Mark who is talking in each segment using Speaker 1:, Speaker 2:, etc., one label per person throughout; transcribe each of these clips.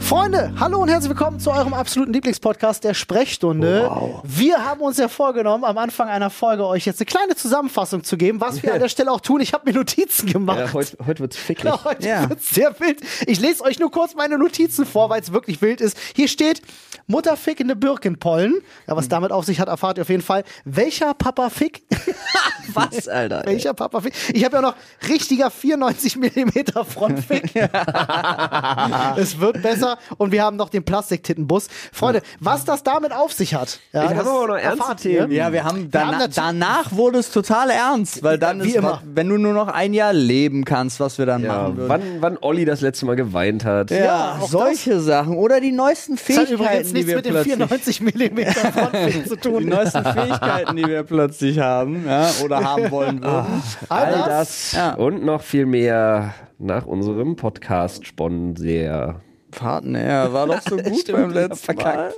Speaker 1: Freunde, hallo und herzlich willkommen zu eurem absoluten Lieblingspodcast der Sprechstunde.
Speaker 2: Wow.
Speaker 1: Wir haben uns ja vorgenommen, am Anfang einer Folge euch jetzt eine kleine Zusammenfassung zu geben, was wir an der Stelle auch tun. Ich habe mir Notizen gemacht.
Speaker 2: Ja, heute, heute wird's fickrig.
Speaker 1: Ja, heute
Speaker 3: Ja.
Speaker 1: wird's sehr wild. Ich lese euch nur kurz meine Notizen vor, weil es wirklich wild ist. Hier steht Mutter fickende Birkenpollen. Ja,
Speaker 2: Hm.
Speaker 1: was damit auf sich hat, erfahrt ihr auf jeden Fall. Welcher Papa fick?
Speaker 2: Was, Alter? ey?
Speaker 1: Welcher Papa fick? Ich habe ja noch richtiger 94 mm Frontfick. es wird besser und wir haben noch den Plastiktittenbus. Freunde, was das damit auf sich hat. Ja,
Speaker 2: Ich hab
Speaker 1: das
Speaker 2: aber noch ernste
Speaker 1: erfahrt
Speaker 2: Themen.
Speaker 1: ihr.
Speaker 3: Ja, wir haben,
Speaker 1: Wir haben
Speaker 3: dana
Speaker 1: dazu-
Speaker 3: danach wurde es total ernst, weil dann
Speaker 1: Wie
Speaker 3: ist,
Speaker 1: immer.
Speaker 3: wenn du nur noch ein Jahr leben kannst, was wir dann
Speaker 2: Ja,
Speaker 3: machen würden.
Speaker 2: wann, wann Olli das letzte Mal geweint hat.
Speaker 3: Ja,
Speaker 1: Ja, auch
Speaker 3: solche Sachen oder die neuesten
Speaker 1: Das hat
Speaker 3: Fähigkeiten,
Speaker 1: übrigens
Speaker 3: die
Speaker 1: nichts
Speaker 3: wir
Speaker 1: mit dem
Speaker 3: plötzlich
Speaker 1: 94 mm Frontfick zu
Speaker 3: die
Speaker 1: tun.
Speaker 3: neuesten Fähigkeiten, die wir plötzlich haben, ja, oder haben wollen würden.
Speaker 1: Ah. All
Speaker 2: All
Speaker 1: das
Speaker 2: das
Speaker 3: Ja.
Speaker 2: und noch viel mehr nach unserem Podcast-Sponsor.
Speaker 3: Partner, ja, war doch so gut beim letzten Mal.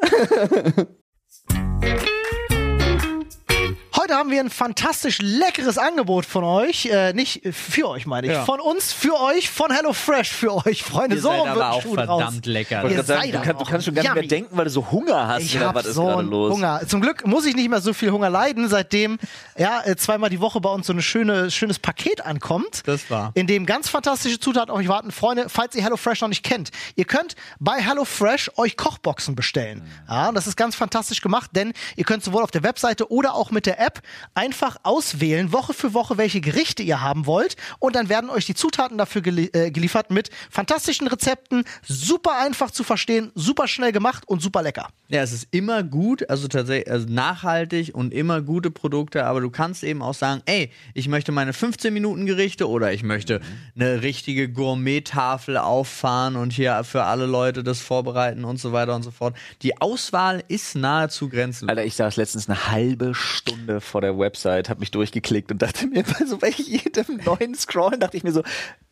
Speaker 1: Heute haben wir ein fantastisch leckeres Angebot von euch. Äh, nicht für euch, meine ich.
Speaker 3: Ja.
Speaker 1: Von uns, für euch, von HelloFresh für euch, Freunde.
Speaker 4: Ihr
Speaker 1: so
Speaker 4: seid
Speaker 1: wird
Speaker 4: aber auch
Speaker 1: Schuh
Speaker 4: verdammt
Speaker 1: draus.
Speaker 4: lecker.
Speaker 1: Ihr
Speaker 4: Ich
Speaker 5: Ich wollte
Speaker 1: seid
Speaker 5: gerade sagen, du,
Speaker 1: aber
Speaker 5: kannst, du kannst schon gar nicht
Speaker 1: yummy.
Speaker 5: mehr denken, weil du so Hunger hast.
Speaker 1: Ich
Speaker 5: oder
Speaker 1: habe
Speaker 5: was ist
Speaker 1: so
Speaker 5: gerade
Speaker 1: einen
Speaker 5: los?
Speaker 1: Hunger. Zum Glück muss ich nicht mehr so viel Hunger leiden, seitdem ja, äh, zweimal die Woche bei uns so ein schöne, schönes Paket ankommt.
Speaker 4: Das war.
Speaker 1: In dem ganz fantastische Zutaten auf euch warten. Freunde, falls ihr HelloFresh noch nicht kennt, ihr könnt bei HelloFresh euch Kochboxen bestellen.
Speaker 5: Mhm.
Speaker 1: Ja, und das ist ganz fantastisch gemacht, denn ihr könnt sowohl auf der Webseite oder auch mit der App einfach auswählen, Woche für Woche, welche Gerichte ihr haben wollt. Und dann werden euch die Zutaten dafür geli äh, geliefert mit fantastischen Rezepten, super einfach zu verstehen, super schnell gemacht und super lecker.
Speaker 3: Ja, es ist immer gut, also tatsächlich also nachhaltig und immer gute Produkte, aber du kannst eben auch sagen, ey, ich möchte meine 15 Minuten Gerichte oder ich
Speaker 5: Mhm.
Speaker 3: möchte eine richtige Gourmet-Tafel auffahren und hier für alle Leute das vorbereiten und so weiter und so fort. Die Auswahl ist nahezu grenzenlos.
Speaker 5: Alter, ich saß letztens eine halbe Stunde vor der Website, habe mich durchgeklickt und dachte mir, bei so bei jedem neuen Scrollen dachte ich mir so,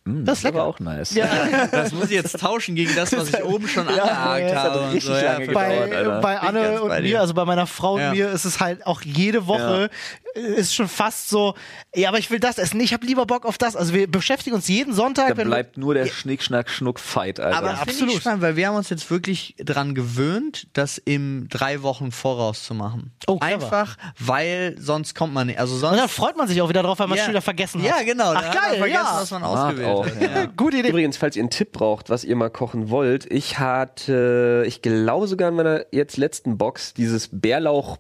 Speaker 5: "Hm, das ist aber auch nice.
Speaker 3: Das muss ich jetzt tauschen gegen das, was ich oben schon
Speaker 5: Ja,
Speaker 3: angehakt
Speaker 5: das hat
Speaker 3: habe. Und
Speaker 5: richtig
Speaker 3: so, ja,
Speaker 5: lange
Speaker 3: verstehe.
Speaker 1: bei,
Speaker 5: gedauert, Alter.
Speaker 1: bei
Speaker 3: Bin ich
Speaker 1: Anne
Speaker 3: ganz
Speaker 1: und
Speaker 3: bei dir.
Speaker 1: mir, also bei meiner Frau und
Speaker 3: Ja.
Speaker 1: mir, ist es halt auch jede Woche äh, ist schon fast so, ja, aber ich will das essen, ich habe lieber Bock auf das. Also wir beschäftigen uns jeden Sonntag,
Speaker 5: Da
Speaker 1: wenn
Speaker 5: bleibt nur der Schnick-Schnack-Schnuck-Fight, Alter.
Speaker 3: Aber das finde
Speaker 1: absolut.
Speaker 3: ich spannend, weil wir haben uns jetzt wirklich dran gewöhnt, das im drei Wochen voraus zu machen.
Speaker 1: Oh, clever.
Speaker 3: Einfach, weil sonst kommt man nicht. Also sonst.
Speaker 1: und dann freut man sich auch wieder drauf, weil man es schon wieder vergessen hat.
Speaker 3: Ja, genau.
Speaker 1: Ach
Speaker 3: da hat man
Speaker 1: geil,
Speaker 3: vergessen,
Speaker 1: ja.
Speaker 3: was man
Speaker 5: Mag
Speaker 3: ausgewählt
Speaker 5: auch,
Speaker 3: hat.
Speaker 5: ja.
Speaker 3: Ja.
Speaker 1: Gute Idee.
Speaker 2: Übrigens, falls ihr einen Tipp braucht, was ihr mal kochen wollt, ich hatte, ich glaube sogar in meiner jetzt letzten Box dieses Bärlauch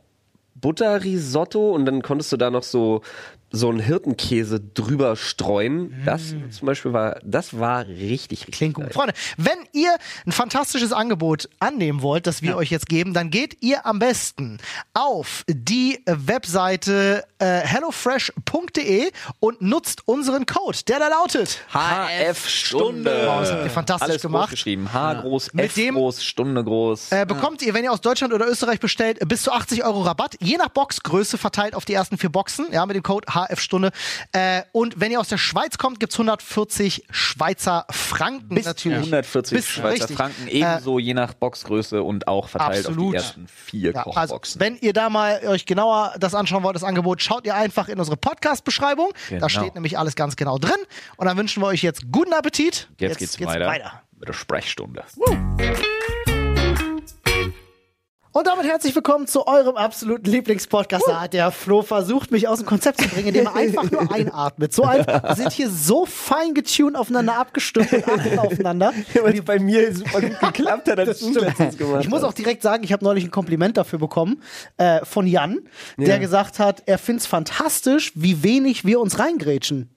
Speaker 2: Butter Risotto und dann konntest du da noch so so einen Hirtenkäse drüber streuen. Das zum Beispiel war, das war richtig, richtig
Speaker 1: Mm. Klingt gut.
Speaker 2: geil.
Speaker 1: Freunde, wenn ihr ein fantastisches Angebot annehmen wollt, das wir euch jetzt geben, dann geht ihr am besten auf die äh, Webseite äh, hellofresh.de und nutzt unseren Code, der da lautet. Oh, das habt ihr
Speaker 5: Stunde.
Speaker 1: fantastisch
Speaker 5: Alles groß
Speaker 1: gemacht.
Speaker 5: geschrieben. H groß,
Speaker 1: Mit
Speaker 5: F
Speaker 1: dem-
Speaker 5: groß, Stunde groß.
Speaker 1: Äh, bekommt ihr, wenn ihr aus Deutschland oder Österreich bestellt, bis zu 80 Euro Rabatt, je nach Boxgröße verteilt auf die ersten vier Boxen, ja, mit dem Code HFstunde. Äh, und wenn ihr aus der Schweiz kommt, gibt's 140 Schweizer Franken
Speaker 5: bis zu
Speaker 1: natürlich.
Speaker 5: 140
Speaker 1: Bis-
Speaker 5: Schweizer
Speaker 1: richtig. Äh,
Speaker 5: Franken, ebenso je nach Boxgröße und auch verteilt auf
Speaker 1: Absolut.
Speaker 5: die ersten vier
Speaker 1: Ja, also,
Speaker 5: Kochboxen.
Speaker 1: wenn ihr da mal euch genauer das anschauen wollt, das Angebot, schaut ihr einfach in unsere Podcast-Beschreibung. Da
Speaker 5: Genau.
Speaker 1: steht nämlich alles ganz genau drin. Und dann wünschen wir euch jetzt guten Appetit.
Speaker 5: jetzt, geht's, weiter, mit der Sprechstunde.
Speaker 1: Und damit herzlich willkommen zu eurem absoluten Lieblingspodcast. Da hat der Flo versucht, mich aus dem Konzept zu bringen, indem er einfach nur einatmet. So einfach, wir sind hier so fein getuned aufeinander abgestimmt und achten aufeinander.
Speaker 2: Weil es bei mir super gut geklappt hat, als du letztens gemacht
Speaker 1: Ich muss auch direkt sagen, ich habe neulich ein Kompliment dafür bekommen äh, von Jan, der gesagt hat, er find's fantastisch, wie wenig wir uns reingrätschen.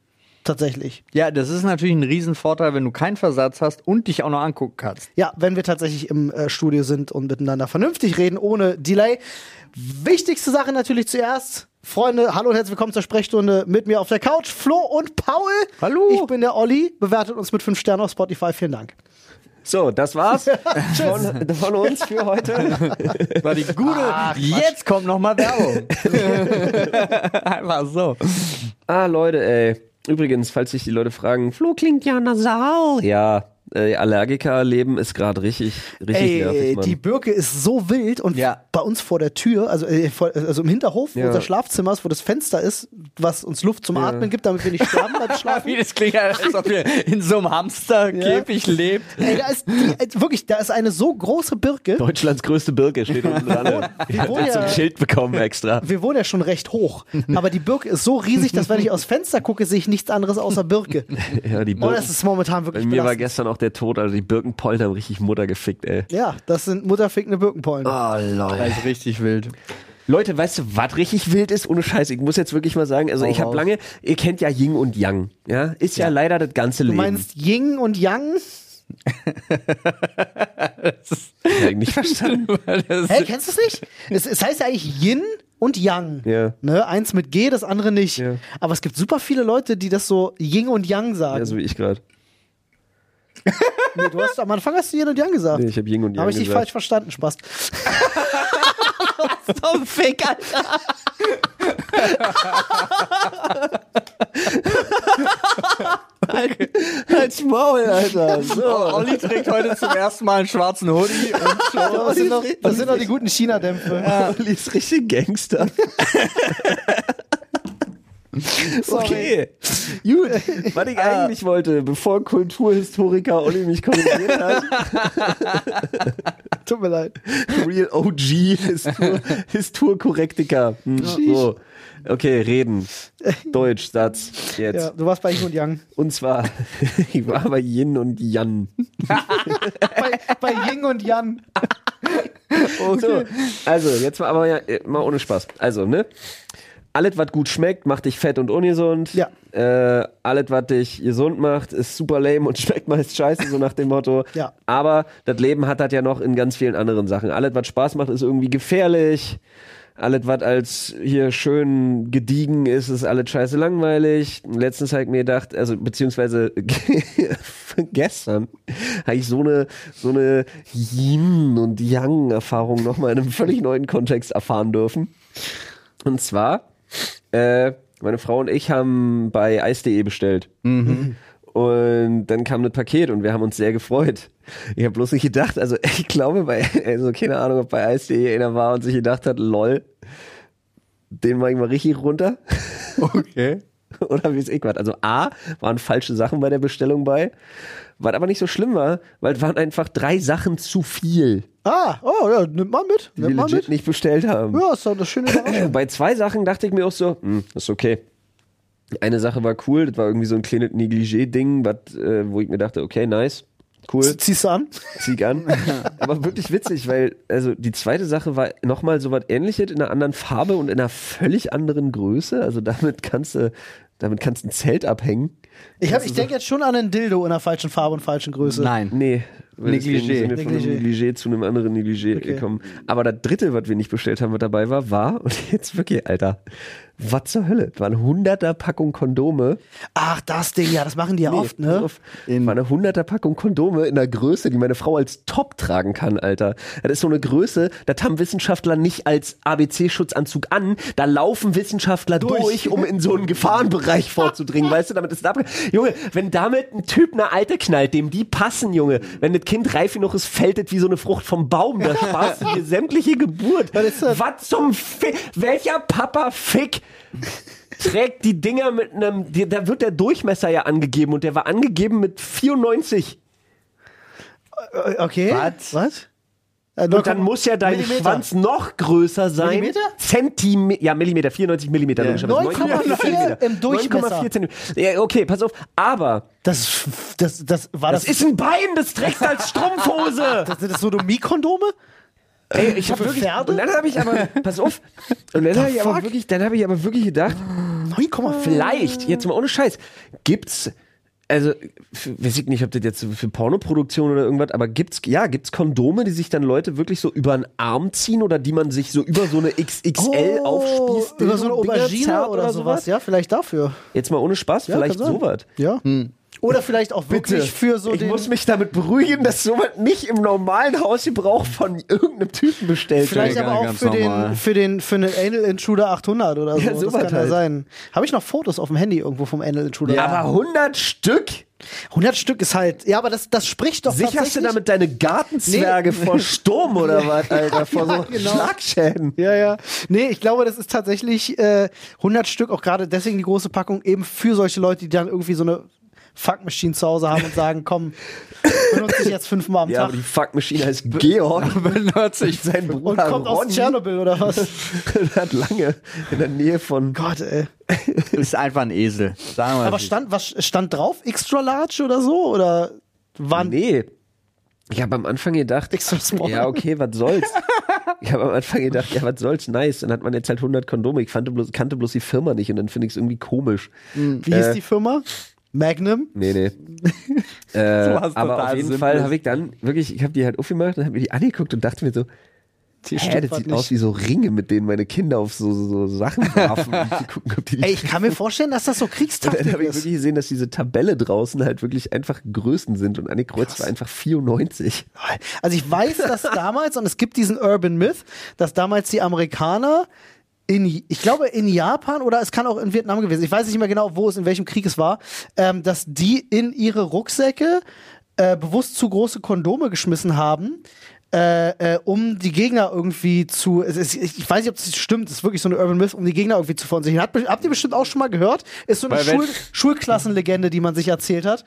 Speaker 1: Tatsächlich.
Speaker 3: ja, das ist natürlich ein Riesenvorteil, wenn du keinen Versatz hast und dich auch noch angucken kannst.
Speaker 1: Ja, wenn wir tatsächlich im äh, Studio sind und miteinander vernünftig reden, ohne Delay. Wichtigste Sache natürlich zuerst. Freunde, hallo und herzlich willkommen zur Sprechstunde mit mir auf der Couch. Flo und Paul.
Speaker 3: Hallo.
Speaker 1: Ich bin der Olli. Bewertet uns mit 5 Sternen auf Spotify. Vielen Dank.
Speaker 2: So, das war's von, von uns für heute.
Speaker 3: War die gute. jetzt kommt nochmal Werbung. Einfach so.
Speaker 2: Ah, Leute, ey. Übrigens, falls sich die Leute fragen, Flo klingt ja nasal. Ja, Ey, Allergiker leben ist gerade richtig, richtig nervig,
Speaker 1: Ey,
Speaker 2: Mann.
Speaker 1: die Birke ist so wild und
Speaker 3: Ja.
Speaker 1: bei uns vor der Tür, also, äh, vor, also im Hinterhof, wo
Speaker 2: Ja.
Speaker 1: unser Schlafzimmer ist, wo das Fenster ist, was uns Luft zum Atmen gibt, damit wir nicht sterben beim Schlafen.
Speaker 3: Wie das klingt, als ob ihr in so einem Hamsterkäfig lebt.
Speaker 1: Ey, da ist die, äh, wirklich, da ist eine so große Birke.
Speaker 5: Deutschlands größte Birke steht unten dran.
Speaker 1: Wir wohnen,
Speaker 5: So ein
Speaker 1: ja,
Speaker 5: Schild bekommen extra.
Speaker 1: wir wohnen ja schon recht hoch, aber die Birke ist so riesig, dass wenn ich aus Fenster gucke, sehe ich nichts anderes außer Birke.
Speaker 2: Ja, die
Speaker 1: Oh,
Speaker 2: Birken,
Speaker 1: das ist momentan
Speaker 2: bei
Speaker 1: wirklich
Speaker 2: mir war
Speaker 1: belastend.
Speaker 2: gestern auch der Tod, also die Birkenpollen haben richtig Mutter gefickt, ey.
Speaker 1: Ja, das sind mutterfickende Birkenpollen.
Speaker 2: Oh, lol.
Speaker 3: Das ist richtig wild.
Speaker 2: Leute, weißt du, was richtig wild ist? Ohne Scheiß, ich muss jetzt wirklich mal sagen, also ich habe
Speaker 3: raus.
Speaker 2: lange, ihr kennt ja Yin und Yang, ja? Ist ja, leider das ganze
Speaker 1: Du
Speaker 2: Leben.
Speaker 1: meinst Ying und Yang?
Speaker 2: ja, nicht verstanden.
Speaker 1: Hä, kennst du es nicht? Es, es heißt ja eigentlich Yin und Yang.
Speaker 2: Ja.
Speaker 1: Ne? Eins mit G, das andere nicht.
Speaker 2: Ja.
Speaker 1: Aber es gibt super viele Leute, die das so Yin und Yang sagen.
Speaker 2: Ja, so wie ich gerade.
Speaker 1: nee, du hast, am Anfang hast du Yin und Yang gesagt.
Speaker 2: Nee, ich habe Yin und Yang
Speaker 1: Habe ich dich
Speaker 2: gesagt.
Speaker 1: falsch verstanden, Spaß.
Speaker 3: So Fick, Alter.
Speaker 5: Als Maul, Alter. So.
Speaker 3: Oh, Olli trägt heute zum ersten Mal einen schwarzen Hoodie und
Speaker 1: Das sind doch, das sind doch die guten China-Dämpfe.
Speaker 5: Olli ist richtig Gangster. okay.
Speaker 1: Gut.
Speaker 2: Was ich
Speaker 5: Ah.
Speaker 2: eigentlich wollte, bevor Kulturhistoriker Olli mich korrigiert hat,
Speaker 1: Tut mir leid.
Speaker 2: Real OG, Histur, Histurkorrektiker. Hm, so. Okay, reden. Deutsch, Satz, jetzt.
Speaker 1: Ja, du warst bei Yin und Yang.
Speaker 2: Und zwar, ich war bei Yin und Yan.
Speaker 1: bei, bei Yin und Yang.
Speaker 2: So, also, jetzt mal aber ja, äh, mal ohne Spaß. Also, ne? Alles, was gut schmeckt, macht dich fett und ungesund.
Speaker 1: Ja.
Speaker 2: Äh, alles, was dich gesund macht, ist super lame und schmeckt meist scheiße, so nach dem Motto.
Speaker 1: Ja.
Speaker 2: Aber das Leben hat das ja noch in ganz vielen anderen Sachen. Alles, was Spaß macht, ist irgendwie gefährlich. Alles, was als hier schön gediegen ist, ist alles scheiße langweilig. Letztens habe ich mir gedacht, also beziehungsweise gestern habe ich so eine, so eine Yin- und Yang-Erfahrung nochmal in einem völlig neuen Kontext erfahren dürfen. Und zwar, äh, meine Frau und ich haben bei Eis.de bestellt. Und dann kam das Paket und wir haben uns sehr gefreut. Ich habe bloß nicht gedacht, also ich glaube, bei, also keine Ahnung, ob bei Eis.de einer war und sich gedacht hat, lol, den mach ich mal richtig runter.
Speaker 3: Okay.
Speaker 2: Oder wie es ich was. Also A, waren falsche Sachen bei der Bestellung bei. Was aber nicht so schlimm war, weil es waren einfach drei Sachen zu viel,
Speaker 1: Ah, oh, ja, nimmt man mit.
Speaker 2: die wir
Speaker 1: Nimmt man mit.
Speaker 2: legit nicht bestellt haben.
Speaker 1: Ja, ist doch eine schöne Überraschung.
Speaker 2: Bei zwei Sachen dachte ich mir auch so, hm, ist okay. Eine Sache war cool, das war irgendwie so ein kleines Negligé-Ding, was, äh, wo ich mir dachte, okay, nice, cool,
Speaker 1: Ziehst du an?
Speaker 2: zieh ich an. Aber wirklich witzig, weil also die zweite Sache war nochmal so was ähnliches in einer anderen Farbe und in einer völlig anderen Größe. Also damit kannst du, damit kannst du ein Zelt abhängen.
Speaker 1: Ich, hab- ich denke jetzt schon an einen Dildo in der falschen Farbe und falschen Größe.
Speaker 3: Nein.
Speaker 2: Nee, weil deswegen
Speaker 3: Negligé.
Speaker 2: Sind wir von einem
Speaker 1: Negligé.
Speaker 2: Negligé zu einem anderen Negligé gekommen. Aber das dritte, was wir nicht bestellt haben, was dabei war, war, und jetzt wirklich, Alter, was zur Hölle? Das waren hunderter Packung Kondome.
Speaker 1: Ach, das Ding, ja, das machen die ja oft,
Speaker 2: pass
Speaker 1: ne?
Speaker 2: auf, war eine hunderter Packung Kondome in einer Größe, die meine Frau als Top tragen kann, Alter. Das ist so eine Größe, das haben Wissenschaftler nicht als ABC-Schutzanzug an. Da laufen Wissenschaftler durch, um in so einen Gefahrenbereich vorzudringen, weißt du? Damit ist ab Junge, wenn damit ein Typ eine Alte knallt, dem die passen, Junge. Wenn das Kind reif genug ist, fältet wie so eine Frucht vom Baum. Da sparst du dir sämtliche Geburt.
Speaker 1: Was ist das?
Speaker 2: Was zum Fick? Welcher Papa-Fick trägt die Dinger mit einem, die- da wird der Durchmesser ja angegeben und der war angegeben mit 94.
Speaker 1: Äh, Okay.
Speaker 3: Was?
Speaker 1: Was? Äh,
Speaker 2: Und dann muss ja dein
Speaker 1: Millimeter.
Speaker 2: Schwanz noch größer sein.
Speaker 1: Millimeter?
Speaker 2: Zentimeter? Ja, Millimeter, 94 Millimeter. logischerweise.
Speaker 1: 9,4
Speaker 2: Millimeter.
Speaker 1: im Durchmesser.
Speaker 2: 9,4 Zentimeter. Ja, okay, pass auf. Aber
Speaker 1: Das, das, das war das.
Speaker 2: das ist ein Bein, das trägst du als Strumpfhose.
Speaker 1: das sind das Sodomie-Kondome?
Speaker 2: Ey, ich habe
Speaker 1: Für
Speaker 2: wirklich.
Speaker 1: Pferde?
Speaker 2: Und dann habe ich aber, pass auf. Und dann habe ich aber
Speaker 1: fuck?
Speaker 2: wirklich, dann habe ich aber wirklich gedacht,
Speaker 1: 9,4.
Speaker 2: vielleicht, jetzt mal ohne Scheiß, gibt's, also, f- weiß ich nicht, ob das jetzt so für Pornoproduktion oder irgendwas, aber gibt's, ja, gibt's Kondome, die sich dann Leute wirklich so über den Arm ziehen oder die man sich so über so eine XXL
Speaker 1: Oh,
Speaker 2: aufspießt?
Speaker 1: Über so eine
Speaker 2: Dildo-Dinger
Speaker 1: Aubergine
Speaker 2: zerrt
Speaker 1: oder sowas. Ja, vielleicht dafür.
Speaker 2: Jetzt mal ohne Spaß,
Speaker 1: Ja,
Speaker 2: vielleicht
Speaker 1: kann sein.
Speaker 2: sowas. Hm.
Speaker 1: Ja. Oder vielleicht auch wirklich für so
Speaker 2: ich
Speaker 1: den.
Speaker 2: muss mich damit beruhigen, dass sowas nicht im normalen Hausgebrauch von irgendeinem Typen bestellt
Speaker 1: Vielleicht
Speaker 2: wird.
Speaker 1: aber auch
Speaker 3: ganz
Speaker 1: für den,
Speaker 3: normal.
Speaker 1: für den für einen Anal Intruder 800 oder so.
Speaker 2: Ja,
Speaker 1: das
Speaker 2: sowas
Speaker 1: kann ja
Speaker 2: halt.
Speaker 1: sein. Habe ich noch Fotos auf dem Handy irgendwo vom Anal Intruder?
Speaker 2: Aber 100 Stück?
Speaker 1: 100 Stück ist halt. Ja, aber das, das spricht doch
Speaker 2: Sicherst du
Speaker 1: tatsächlich-
Speaker 2: damit deine Gartenzwerge vor Sturm oder was, Alter? Vor so
Speaker 1: ja, genau.
Speaker 2: Schlagschäden.
Speaker 1: Ja, ja. Nee, ich glaube, das ist tatsächlich äh, 100 Stück, auch gerade deswegen die große Packung, eben für solche Leute, die dann irgendwie so eine Fuck-Machine zu Hause haben und sagen, komm, benutze ich jetzt fünfmal am
Speaker 2: Ja, aber
Speaker 1: Tag.
Speaker 2: die Fuckmaschine heißt Georg.
Speaker 3: Benutze ich
Speaker 2: Sein
Speaker 1: Und
Speaker 2: Bruder
Speaker 1: kommt aus Tschernobyl oder was?
Speaker 2: hat lange in der Nähe von
Speaker 1: Gott, ey.
Speaker 3: Ist einfach ein Esel. Sagen wir
Speaker 2: Also
Speaker 1: Aber
Speaker 3: es.
Speaker 1: stand, was stand drauf? Extra large oder so? Oder waren
Speaker 2: Nee. Ich habe am Anfang gedacht,
Speaker 1: extra small?
Speaker 2: ja, okay, was soll's. Ich habe am Anfang gedacht, ja, was soll's, nice. Und dann hat man jetzt halt 100 Kondome. Ich kannte bloß, kannte bloß die Firma nicht und dann finde ich es irgendwie komisch.
Speaker 1: Wie
Speaker 2: Äh.
Speaker 1: hieß die Firma? Magnum?
Speaker 2: Nee, nee. äh,
Speaker 3: was
Speaker 2: aber
Speaker 3: total
Speaker 2: auf jeden
Speaker 3: Simples.
Speaker 2: Fall habe ich dann wirklich, ich habe die halt aufgemacht und habe mir die angeguckt und dachte mir so, hä,
Speaker 1: stimmt
Speaker 2: das
Speaker 1: was
Speaker 2: sieht
Speaker 1: nicht.
Speaker 2: aus wie so Ringe, mit denen meine Kinder auf so, so, so Sachen werfen, um zu gucken, ob die die
Speaker 1: Ey, ich kann mir vorstellen, dass das so
Speaker 2: Dann
Speaker 1: Kriegstaktik
Speaker 2: habe ich
Speaker 1: ist.
Speaker 2: wirklich gesehen, dass diese Tabelle draußen halt wirklich einfach Größen sind und Anne Kreuz war einfach 94.
Speaker 1: Also ich weiß, dass damals, und es gibt diesen Urban Myth, dass damals die Amerikaner in, ich glaube in Japan oder es kann auch in Vietnam gewesen, ich weiß nicht mehr genau, wo es, in welchem Krieg es war, ähm, dass die in ihre Rucksäcke äh, bewusst zu große Kondome geschmissen haben, äh, äh, um die Gegner irgendwie zu, es ist, ich weiß nicht, ob das stimmt, es ist wirklich so eine Urban Myth, um die Gegner irgendwie zu von sich. Hat, habt ihr bestimmt auch schon mal gehört? Ist so eine
Speaker 3: Bei wel-
Speaker 1: Schul Schulklassenlegende, die man sich erzählt hat,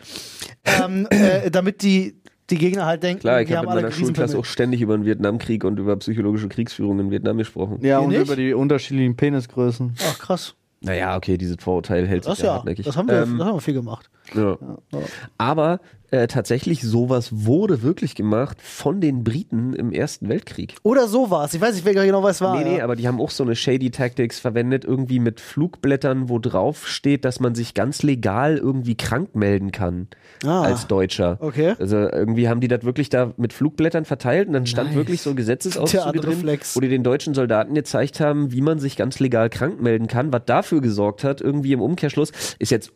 Speaker 1: ähm, äh, damit die, die Gegner halt denken,
Speaker 2: Klar, ich
Speaker 1: die haben
Speaker 2: habe in
Speaker 1: alle
Speaker 2: meiner Schulklasse
Speaker 1: Riesenpimmel.
Speaker 2: auch ständig über den Vietnamkrieg und über psychologische Kriegsführung in Vietnam gesprochen.
Speaker 3: ja,
Speaker 1: Ihr
Speaker 3: und
Speaker 1: nicht?
Speaker 3: über die unterschiedlichen Penisgrößen.
Speaker 1: Ach krass,
Speaker 2: Naja, okay, dieses Vorurteil hält
Speaker 1: das
Speaker 2: sich ja
Speaker 1: ja,
Speaker 2: hartnäckig. Ähm,
Speaker 1: das haben, wir, das haben wir viel gemacht.
Speaker 2: Ja. Aber äh, tatsächlich, sowas wurde wirklich gemacht von den Briten im Ersten Weltkrieg.
Speaker 1: Oder so war es, ich weiß nicht wer genau, was es war.
Speaker 2: Nee, nee,
Speaker 1: ja.
Speaker 2: aber die haben auch so eine shady Tactics verwendet, irgendwie mit Flugblättern, wo drauf steht, dass man sich ganz legal irgendwie krank melden kann
Speaker 1: Ah.
Speaker 2: als Deutscher.
Speaker 1: Okay.
Speaker 2: Also irgendwie haben die das wirklich da mit Flugblättern verteilt und dann stand wirklich so Gesetzesauszüge drin,
Speaker 1: Theaterreflex.
Speaker 2: wo die den deutschen Soldaten gezeigt haben, wie man sich ganz legal krank melden kann, was dafür gesorgt hat, irgendwie im Umkehrschluss, ist jetzt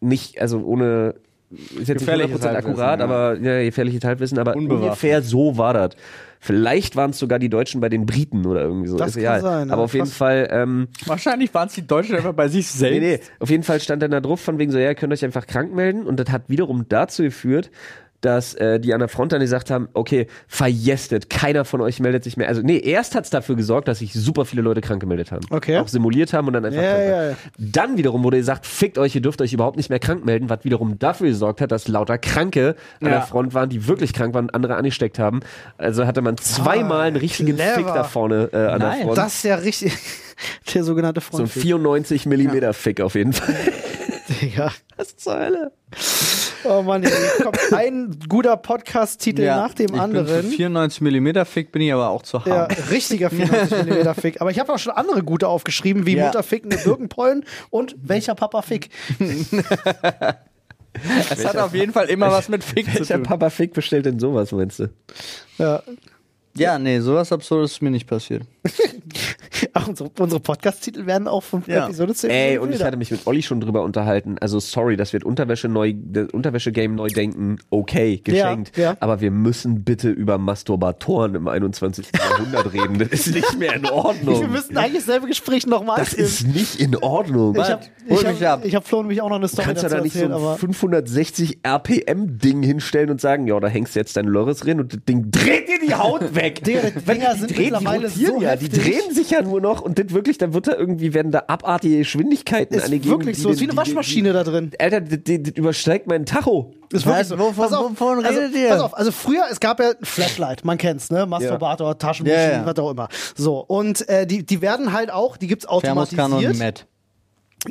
Speaker 2: nicht, also ohne ist jetzt nicht
Speaker 3: Gefährliches
Speaker 2: 100% akkurat,
Speaker 3: Halbwissen, ja.
Speaker 2: aber ja, gefährliches Halbwissen, aber
Speaker 3: Unbewaffnet.
Speaker 2: ungefähr so war das. Vielleicht waren es sogar die Deutschen bei den Briten oder irgendwie so.
Speaker 1: Das
Speaker 2: ist
Speaker 1: kann
Speaker 2: egal.
Speaker 1: sein, ja,
Speaker 2: aber auf jeden
Speaker 1: krass.
Speaker 2: Fall, ähm,
Speaker 3: Wahrscheinlich waren es die Deutschen einfach bei sich selbst.
Speaker 2: nee, nee, auf jeden Fall stand dann da drauf von wegen so, ja, ihr könnt euch einfach krank melden und das hat wiederum dazu geführt, dass äh, die an der Front dann gesagt haben, okay, verjestet, keiner von euch meldet sich mehr. Also nee, erst hat's dafür gesorgt, dass sich super viele Leute krank gemeldet haben.
Speaker 1: Okay.
Speaker 2: Auch simuliert haben und dann einfach
Speaker 1: Ja,
Speaker 2: krank waren.
Speaker 1: ja, ja.
Speaker 2: Dann wiederum wurde gesagt, fickt euch, ihr dürft euch überhaupt nicht mehr krank melden, was wiederum dafür gesorgt hat, dass lauter Kranke an
Speaker 3: Ja.
Speaker 2: der Front waren, die wirklich krank waren und andere angesteckt haben. Also hatte man zweimal einen richtigen
Speaker 1: Ah, clever.
Speaker 2: Fick da vorne äh, an der
Speaker 3: Nein.
Speaker 2: Front.
Speaker 1: Das ist ja richtig, der sogenannte
Speaker 2: so ein
Speaker 1: Freund.
Speaker 2: 94 Millimeter Fick auf jeden Fall.
Speaker 1: Digga.
Speaker 2: Was zur Hölle?
Speaker 1: Oh Mann, hier kommt ein guter Podcast-Titel
Speaker 3: Ja,
Speaker 1: nach dem
Speaker 3: ich Bin
Speaker 1: anderen.
Speaker 3: für 94 mm Fick bin ich aber auch zu
Speaker 1: Ja,
Speaker 3: haben.
Speaker 1: richtiger 94mm Fick. Aber ich habe auch schon andere gute aufgeschrieben, wie
Speaker 3: Ja.
Speaker 1: Mutter fickende Birkenpollen und welcher Papa Fick.
Speaker 3: Es hat auf jeden Fall immer was mit Fick zu
Speaker 2: Welcher
Speaker 3: tun.
Speaker 2: Papa Fick bestellt denn sowas, meinst du?
Speaker 1: Ja.
Speaker 3: Ja, nee, sowas Absurdes ist mir nicht passiert.
Speaker 1: Ach, unsere, unsere Podcast-Titel werden auch von
Speaker 3: Ja.
Speaker 1: Episode zu
Speaker 2: Ey,
Speaker 1: Episode
Speaker 2: und ich
Speaker 1: wilder.
Speaker 2: hatte mich mit Olli schon drüber unterhalten. Also sorry, dass wir das Unterwäsche neu, das Unterwäsche-Game neu denken. Okay, geschenkt.
Speaker 1: Ja, ja.
Speaker 2: Aber wir müssen bitte über Masturbatoren im 21. Jahrhundert reden. Das ist nicht mehr in Ordnung.
Speaker 1: Wir müssten eigentlich dasselbe Gespräch nochmal
Speaker 2: das ist nicht in Ordnung.
Speaker 1: Ich habe
Speaker 3: Hol
Speaker 1: ich
Speaker 3: mich ab.
Speaker 1: hab, ich hab Flo nämlich auch noch eine
Speaker 2: Du
Speaker 1: Story
Speaker 2: kannst ja
Speaker 1: dazu
Speaker 2: da nicht so
Speaker 1: erzählen,
Speaker 2: ein
Speaker 1: aber
Speaker 2: 560 RPM-Ding hinstellen und sagen, ja, da hängst du jetzt dein Lörres rein und das Ding dreht dir die Haut weg.
Speaker 1: Digga, die Dinger sind
Speaker 2: drehen,
Speaker 1: mittlerweile
Speaker 2: die rotieren
Speaker 1: so
Speaker 2: ja,
Speaker 1: heftig.
Speaker 2: die drehen sich ja nur noch und das wirklich, dann wird da irgendwie, werden da abartige Geschwindigkeiten
Speaker 1: ist
Speaker 2: angegeben.
Speaker 1: wirklich
Speaker 2: die
Speaker 1: so, ist wie
Speaker 2: den-
Speaker 1: eine
Speaker 2: die-
Speaker 1: Waschmaschine da drin.
Speaker 2: die- Alter, das, das, das übersteigt meinen Tacho.
Speaker 1: Ist wirklich
Speaker 3: Was?
Speaker 1: so.
Speaker 3: Wovon-
Speaker 1: pass auf,
Speaker 3: wovon
Speaker 1: also,
Speaker 3: redet ihr?
Speaker 1: Pass auf, also früher, es gab ja ein Flashlight, man kennt's, ne? Masturbator, Taschenmaschinen,
Speaker 3: Ja, ja.
Speaker 1: was auch immer. So, und äh, die, die werden halt auch, die gibt's
Speaker 3: Thermoskan
Speaker 1: automatisiert.
Speaker 3: und Matt.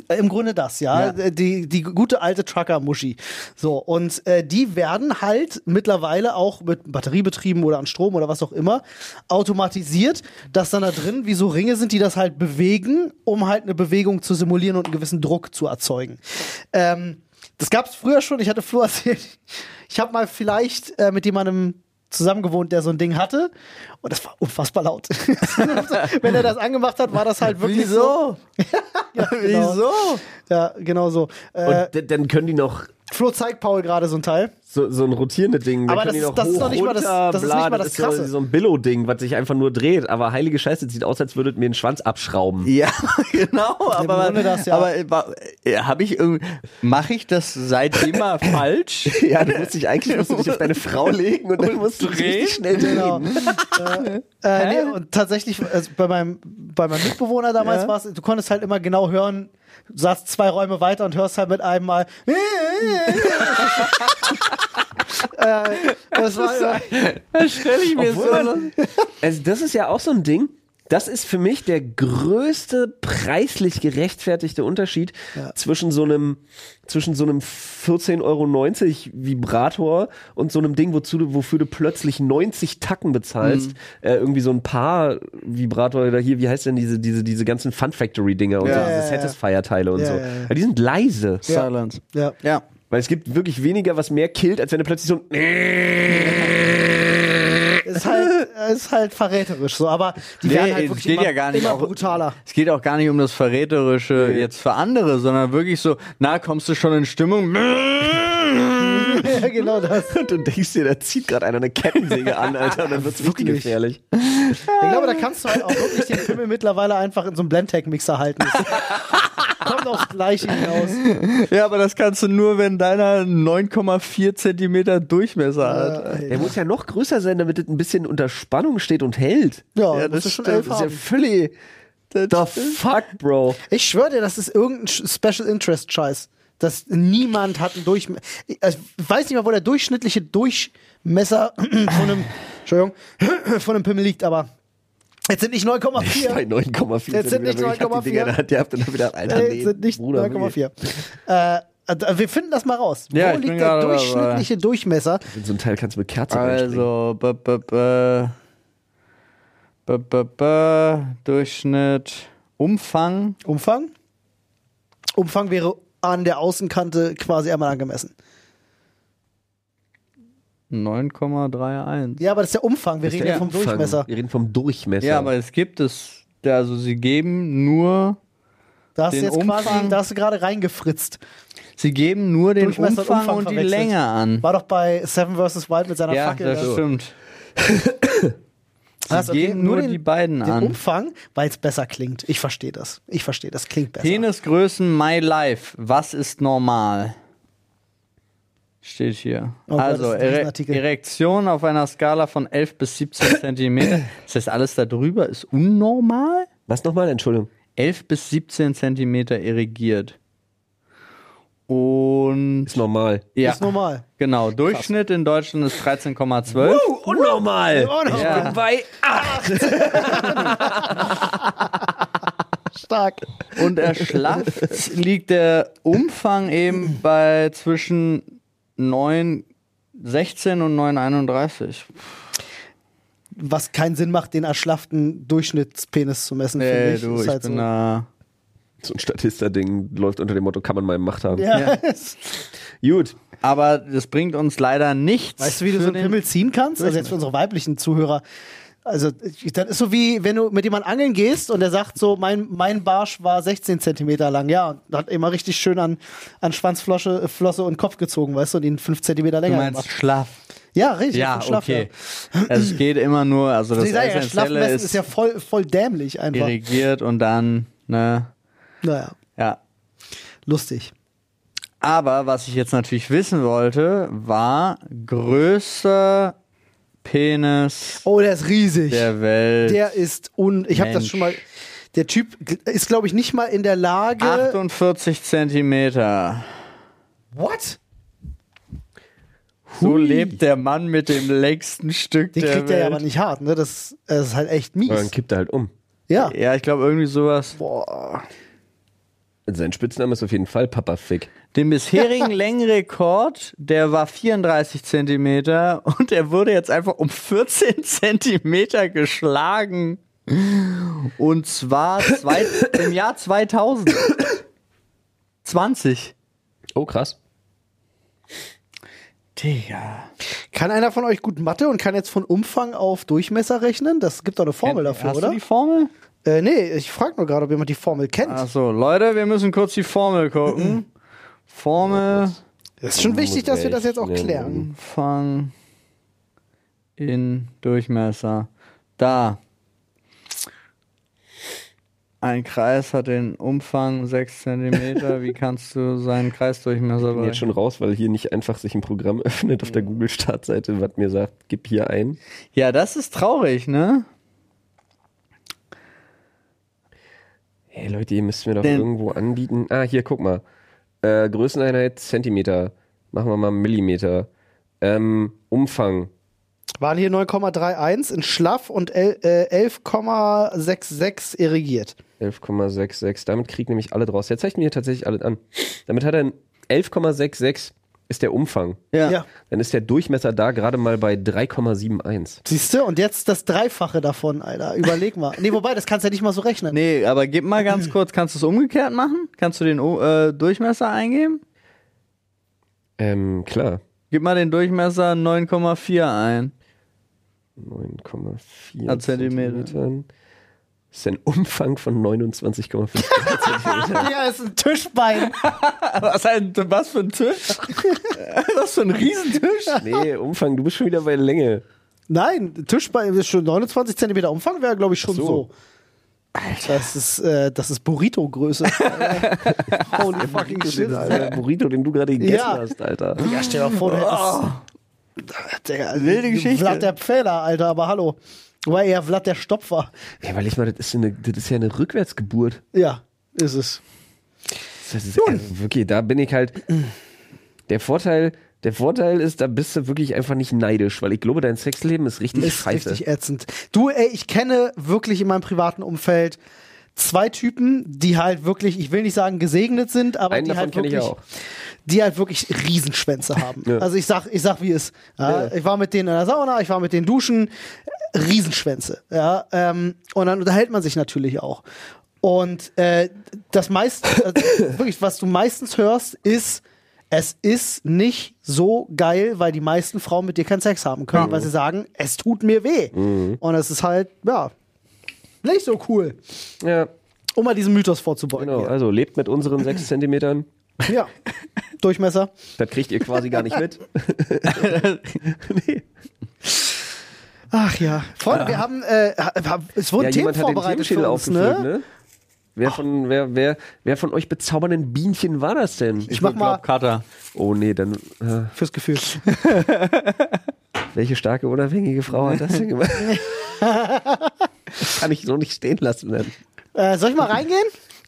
Speaker 1: Äh, Im Grunde das, ja.
Speaker 3: Ja.
Speaker 1: Äh, Die, die gute alte Trucker-Muschi. So, und äh, die werden halt mittlerweile auch mit Batteriebetrieben oder an Strom oder was auch immer automatisiert, dass dann da drin wie so Ringe sind, die das halt bewegen, um halt eine Bewegung zu simulieren und einen gewissen Druck zu erzeugen. Ähm, das gab es früher schon, ich hatte Flo erzählt, ich habe mal vielleicht äh, mit jemandem zusammengewohnt, der so ein Ding hatte und das war unfassbar laut. Wenn er das angemacht hat, war das halt wirklich so.
Speaker 3: Wieso?
Speaker 1: Ja, genau.
Speaker 3: Wieso?
Speaker 1: Ja, genau so. Äh,
Speaker 2: Und d- dann können die noch
Speaker 1: Flo zeigt Paul gerade so ein Teil.
Speaker 2: So, so ein rotierende Ding. da
Speaker 1: Aber
Speaker 2: können
Speaker 1: das
Speaker 2: die
Speaker 1: ist- das ist noch nicht mal das-
Speaker 2: runter,
Speaker 1: das ist nicht
Speaker 2: bla,
Speaker 1: mal das
Speaker 2: so-
Speaker 1: Krasse.
Speaker 2: So ein Billo-Ding, was sich einfach nur dreht. Aber heilige Scheiße, das sieht aus, als würdet mir den Schwanz abschrauben.
Speaker 3: Ja,
Speaker 5: genau,
Speaker 1: aber- Grunde das ja.
Speaker 3: aber äh, habe ich mache ich das seitdem mal falsch?
Speaker 5: Ja, du musst dich eigentlich musst du dich auf deine Frau legen und dann musst du richtig schnell
Speaker 1: Genau.
Speaker 5: drehen.
Speaker 1: Äh, nee, und tatsächlich, also bei, meinem, bei meinem Mitbewohner damals war es, du konntest halt immer genau hören, du saßt zwei Räume weiter und hörst halt mit einem Mal. äh, das war,
Speaker 2: Stell ich mir so. Also, das ist ja auch so ein Ding. Das ist für mich der größte preislich gerechtfertigte Unterschied zwischen so einem zwischen so einem 14,90 Euro Vibrator und so einem Ding, wozu du, wofür du plötzlich 90 Tacken bezahlst.
Speaker 1: Mhm.
Speaker 2: Äh, irgendwie so ein paar Vibrator oder hier, wie heißt denn diese, diese, diese ganzen Fun Factory Dinger und
Speaker 1: Ja.
Speaker 2: so,
Speaker 1: Ja,
Speaker 2: diese
Speaker 1: ja, ja.
Speaker 2: Satisfier-Teile und
Speaker 1: Ja,
Speaker 2: so.
Speaker 1: ja, ja.
Speaker 2: Weil die sind leise.
Speaker 5: Silence.
Speaker 1: ja.
Speaker 3: Ja.
Speaker 2: Weil es gibt wirklich weniger, was mehr killt, als wenn du plötzlich so ein
Speaker 1: Ist halt, ist halt verräterisch so, aber die
Speaker 3: Nee,
Speaker 1: werden halt
Speaker 3: es
Speaker 1: wirklich
Speaker 3: geht
Speaker 1: immer,
Speaker 3: ja gar nicht
Speaker 1: immer
Speaker 3: auch-
Speaker 1: brutaler.
Speaker 3: Es geht auch gar nicht um das Verräterische jetzt für andere, sondern wirklich so, na, kommst du schon in Stimmung?
Speaker 1: ja, genau das.
Speaker 2: Und du denkst dir, da zieht gerade einer eine Kettensäge an, Alter, und dann wird's wirklich
Speaker 1: Wirklich.
Speaker 2: gefährlich.
Speaker 1: Ich glaube, da kannst du halt auch wirklich den Pimmel mittlerweile einfach in so einem Blendtec-Mixer halten. Das Kommt aufs Gleiche hinaus.
Speaker 3: Ja, aber das kannst du nur, wenn deiner 9,4 Zentimeter Durchmesser
Speaker 1: Ah,
Speaker 3: hat.
Speaker 2: Der muss ja noch größer sein, damit es ein bisschen unter Spannung steht und hält.
Speaker 1: Ja,
Speaker 3: Ja,
Speaker 1: das
Speaker 3: das
Speaker 1: ist schon
Speaker 3: stimmt.
Speaker 1: elf
Speaker 2: Das ist ja
Speaker 1: haben.
Speaker 2: völlig. The fuck, Bro.
Speaker 1: Ich schwöre dir, das ist irgendein Sch- Special Interest Scheiß. Dass niemand hat einen Durchmesser. Ich also, ich weiß nicht mal, wo der durchschnittliche Durchmesser von einem, Entschuldigung, von einem Pimmel liegt, aber jetzt sind nicht 9,4.
Speaker 2: Bei 9,4
Speaker 1: Jetzt sind nicht
Speaker 2: Zentimeter, ich hab die Dinger
Speaker 1: 9,4.
Speaker 2: in der Hand gehabt und dann wieder, Alter,
Speaker 1: Äh,
Speaker 2: nee,
Speaker 1: jetzt sind nicht
Speaker 2: Bruder, wirklich.
Speaker 1: 9,4. Äh, also, wir finden das mal raus.
Speaker 3: Ja,
Speaker 1: wo
Speaker 3: ich bin
Speaker 1: liegt der
Speaker 3: gerade dabei.
Speaker 1: durchschnittliche Durchmesser?
Speaker 2: In so ein Teil kannst du mit Kerze reinstecken.
Speaker 3: Also, b -b -b b -b -b Durchschnitt, Umfang.
Speaker 1: Umfang? Umfang wäre an der Außenkante quasi einmal angemessen.
Speaker 3: 9,31.
Speaker 1: Ja, aber das ist der Umfang. Wir
Speaker 2: Das ist
Speaker 1: reden
Speaker 2: der
Speaker 1: ja vom
Speaker 2: Umfang.
Speaker 1: Durchmesser.
Speaker 2: Wir reden vom Durchmesser.
Speaker 3: Ja, aber es gibt es, also sie geben nur,
Speaker 1: Da hast du
Speaker 3: Den
Speaker 1: jetzt quasi,
Speaker 3: Umfang-
Speaker 1: da hast du gerade reingefritzt.
Speaker 3: sie geben nur den
Speaker 1: Durchmesser
Speaker 3: Umfang,
Speaker 1: und Umfang
Speaker 3: und die
Speaker 1: verwechselt.
Speaker 3: Länge an.
Speaker 1: War doch bei Seven vs. Wild mit seiner
Speaker 3: Ja,
Speaker 1: Fackel.
Speaker 3: das
Speaker 1: da.
Speaker 3: stimmt.
Speaker 1: Hast
Speaker 3: Sie
Speaker 1: du Also, okay,
Speaker 3: geben nur die beiden
Speaker 1: den
Speaker 3: an.
Speaker 1: Umfang, weil es besser klingt. Ich verstehe das. Ich verstehe das. Klingt besser.
Speaker 3: Penisgrößen My Life. Was ist normal? Steht hier.
Speaker 1: Oh Gott,
Speaker 3: also
Speaker 1: das ist ein
Speaker 3: Ere
Speaker 1: Riesenartikel.
Speaker 3: Erektion auf einer Skala von 11 bis 17 Zentimeter. Das heißt, alles darüber ist unnormal?
Speaker 2: Was nochmal? Entschuldigung.
Speaker 3: 11 bis 17 Zentimeter erigiert. Und
Speaker 2: Ist normal.
Speaker 3: ja,
Speaker 1: Ist normal.
Speaker 3: genau. Durchschnitt in Deutschland ist 13,12.
Speaker 2: unnormal!
Speaker 1: Oh,
Speaker 3: Ja.
Speaker 2: Bei
Speaker 1: stark.
Speaker 3: und erschlafft liegt der Umfang eben bei zwischen 9, 16 und 931.
Speaker 1: Was keinen Sinn macht, den erschlafften Durchschnittspenis zu messen, finde
Speaker 3: Nee,
Speaker 1: ich.
Speaker 3: du,
Speaker 1: Ist
Speaker 3: ich
Speaker 1: halt
Speaker 3: bin
Speaker 1: so.
Speaker 3: da.
Speaker 2: so ein Statista-Ding läuft unter dem Motto, kann man mal in Macht haben.
Speaker 1: Ja.
Speaker 2: Gut.
Speaker 3: Aber das bringt uns leider nichts.
Speaker 1: Weißt du, wie du
Speaker 3: für
Speaker 1: so einen
Speaker 3: den-
Speaker 1: Pimmel ziehen kannst? Also jetzt für unsere weiblichen Zuhörer. Also, ich- das ist so wie, wenn du mit jemandem angeln gehst und der sagt so, mein, mein Barsch war 16 Zentimeter lang. Ja, und hat immer richtig schön an, an Schwanzflosse äh, Flosse und Kopf gezogen, weißt du, und ihn 5 Zentimeter
Speaker 3: Du
Speaker 1: länger
Speaker 3: meinst
Speaker 1: gemacht.
Speaker 3: schlaff.
Speaker 1: Ja, richtig.
Speaker 3: Ja,
Speaker 1: auf den Schlaf,
Speaker 3: okay. Es geht immer nur, also das
Speaker 1: Sie sagen ja,
Speaker 3: Essentielle
Speaker 1: Schlafmessen
Speaker 3: ist,
Speaker 1: ist, ja voll, voll dämlich einfach.
Speaker 3: irrigiert und dann, ne,
Speaker 1: Naja,
Speaker 3: ja.
Speaker 1: lustig.
Speaker 3: Aber was ich jetzt natürlich wissen wollte, war größter Penis
Speaker 1: Oh, der ist riesig. Der,
Speaker 3: der Welt.
Speaker 1: ist un. Ich habe das
Speaker 3: Mensch.
Speaker 1: schon mal. Der Typ gl- ist, glaube ich, nicht mal in der Lage.
Speaker 3: 48 Zentimeter.
Speaker 1: What?
Speaker 3: So lebt der Mann mit dem längsten Stück
Speaker 1: Den
Speaker 3: der
Speaker 1: kriegt er
Speaker 3: Welt.
Speaker 1: ja aber nicht hart, ne? Das, das ist halt echt mies.
Speaker 2: Und dann kippt er halt um.
Speaker 1: Ja.
Speaker 3: Ja, ich glaube irgendwie sowas.
Speaker 2: Sein Spitzname ist auf jeden Fall Papa Fick.
Speaker 3: Den bisherigen Längenrekord, der war 34 Zentimeter und er wurde jetzt einfach um 14 Zentimeter geschlagen. Und zwar zwei, im Jahr 2020.
Speaker 2: Oh, krass.
Speaker 3: Digga.
Speaker 1: Kann einer von euch gut Mathe und kann jetzt von Umfang auf Durchmesser rechnen? Das gibt doch eine Formel dafür,
Speaker 3: Hast
Speaker 1: oder?
Speaker 3: du die Formel?
Speaker 1: Äh, nee, ich frage nur gerade, ob
Speaker 3: Ah,
Speaker 1: jemand die Formel kennt.
Speaker 3: Achso, Leute, wir müssen Mhm. kurz die Formel gucken. Formel
Speaker 1: Es ist schon wichtig, dass wir das jetzt auch klären.
Speaker 3: Umfang in Durchmesser. Da. Ein Kreis hat den Umfang 6 cm. Wie kannst du seinen Kreisdurchmesser
Speaker 2: Ich bin jetzt
Speaker 3: berechnen?
Speaker 2: schon raus, weil hier nicht einfach sich ein Programm öffnet auf der Google-Startseite, was mir sagt, gib hier ein.
Speaker 3: Ja, das ist traurig, ne?
Speaker 2: Hey Leute, ihr müsst mir doch
Speaker 3: Den-
Speaker 2: irgendwo anbieten. Ah, hier, guck mal. Äh, Größeneinheit Zentimeter. Machen wir mal Millimeter. Ähm, Umfang.
Speaker 1: Waren hier 9,31 in schlaff und el- äh, 11,66 irrigiert.
Speaker 2: 11,66. Damit kriegt nämlich alle draus. Der zeigt mir hier tatsächlich alles an. Damit hat er ein 11,66 ist der Umfang.
Speaker 3: Ja.
Speaker 1: Ja.
Speaker 2: Dann ist der Durchmesser da gerade mal bei 3,71.
Speaker 1: Siehst du? Und jetzt das Dreifache davon, Alter. Überleg mal. Nee, wobei, das kannst du ja nicht mal so rechnen.
Speaker 3: Nee, aber gib mal ganz kurz, kannst du es umgekehrt machen? Kannst du den O- äh, Durchmesser eingeben?
Speaker 2: Ähm, klar.
Speaker 3: Gib mal den Durchmesser 9,4 ein.
Speaker 2: 9,4
Speaker 3: Ah, Zentimeter.
Speaker 2: Zentimetern. Das ist ein Umfang von 29,5.
Speaker 1: Ja, ist ein Tischbein.
Speaker 3: Was, ein, was für ein Tisch? was für ein Riesentisch?
Speaker 2: nee, Umfang, du bist schon wieder bei Länge.
Speaker 1: Nein, Tischbein ist schon 29 cm Umfang, wäre, glaube ich, schon
Speaker 2: Ach so.
Speaker 1: so. Alter. Das ist, äh, das ist Burrito-Größe. Holy fucking shit,
Speaker 2: Das ist
Speaker 1: Alter.
Speaker 2: der Burrito, den du gerade gegessen
Speaker 1: Ja.
Speaker 2: hast, Alter.
Speaker 1: Ja, stell dir mal vor, du hättest. Digga,
Speaker 3: Wilde Geschichte.
Speaker 1: Vlad der Pfähler, Alter, aber hallo. Wobei eher Vlad der Stopfer.
Speaker 2: Ja, weil ich mal, das ist, eine, das ist ja eine Rückwärtsgeburt.
Speaker 1: Ja, ist es.
Speaker 2: Das ist, also, okay, da bin ich halt. Der Vorteil, der Vorteil ist, da bist du wirklich einfach nicht neidisch, weil ich glaube, dein Sexleben ist richtig
Speaker 1: Ist
Speaker 2: scheiße.
Speaker 1: richtig ätzend. Du, ey, ich kenne wirklich in meinem privaten Umfeld zwei Typen, die halt wirklich, ich will nicht sagen gesegnet sind, aber
Speaker 2: Einen
Speaker 1: die
Speaker 2: davon
Speaker 1: halt
Speaker 2: kenne
Speaker 1: wirklich,
Speaker 2: ich auch.
Speaker 1: die halt wirklich Riesenschwänze haben.
Speaker 2: Ja.
Speaker 1: Also ich sag, ich sag, wie es. ist. Ja, Ich war mit denen in der Sauna, ich war mit denen duschen, Riesenschwänze. Ja, ähm, und dann unterhält man sich natürlich auch. Und äh, das meiste, also wirklich, was du meistens hörst, ist es ist nicht so geil, weil die meisten Frauen mit dir keinen Sex haben können, weil sie sagen, es tut mir weh.
Speaker 2: Mhm.
Speaker 1: Und es ist halt, ja, nicht so cool.
Speaker 2: Ja,
Speaker 1: Um mal diesen Mythos vorzubeugen.
Speaker 2: genau. Also lebt mit unseren 6 Zentimetern.
Speaker 1: Ja. Durchmesser.
Speaker 2: Das kriegt ihr quasi gar nicht mit.
Speaker 1: Ach ja. Freunde, wir haben, äh, ha- es wurden
Speaker 2: ja,
Speaker 1: Themen
Speaker 2: jemand hat den
Speaker 1: vorbereitet
Speaker 2: Themenschädel
Speaker 1: für uns, ne?
Speaker 2: aufgefüllt, ne? Wer von, wer, wer, wer von euch bezaubernden Bienchen war das denn?
Speaker 1: Ich mach mal
Speaker 3: Glaub, Cutter.
Speaker 2: Oh nee, dann äh,
Speaker 1: fürs Gefühl.
Speaker 2: welche starke unabhängige Frau hat das denn gemacht? das kann ich so nicht stehen lassen. ne? Dann.
Speaker 1: Äh, soll ich mal reingehen?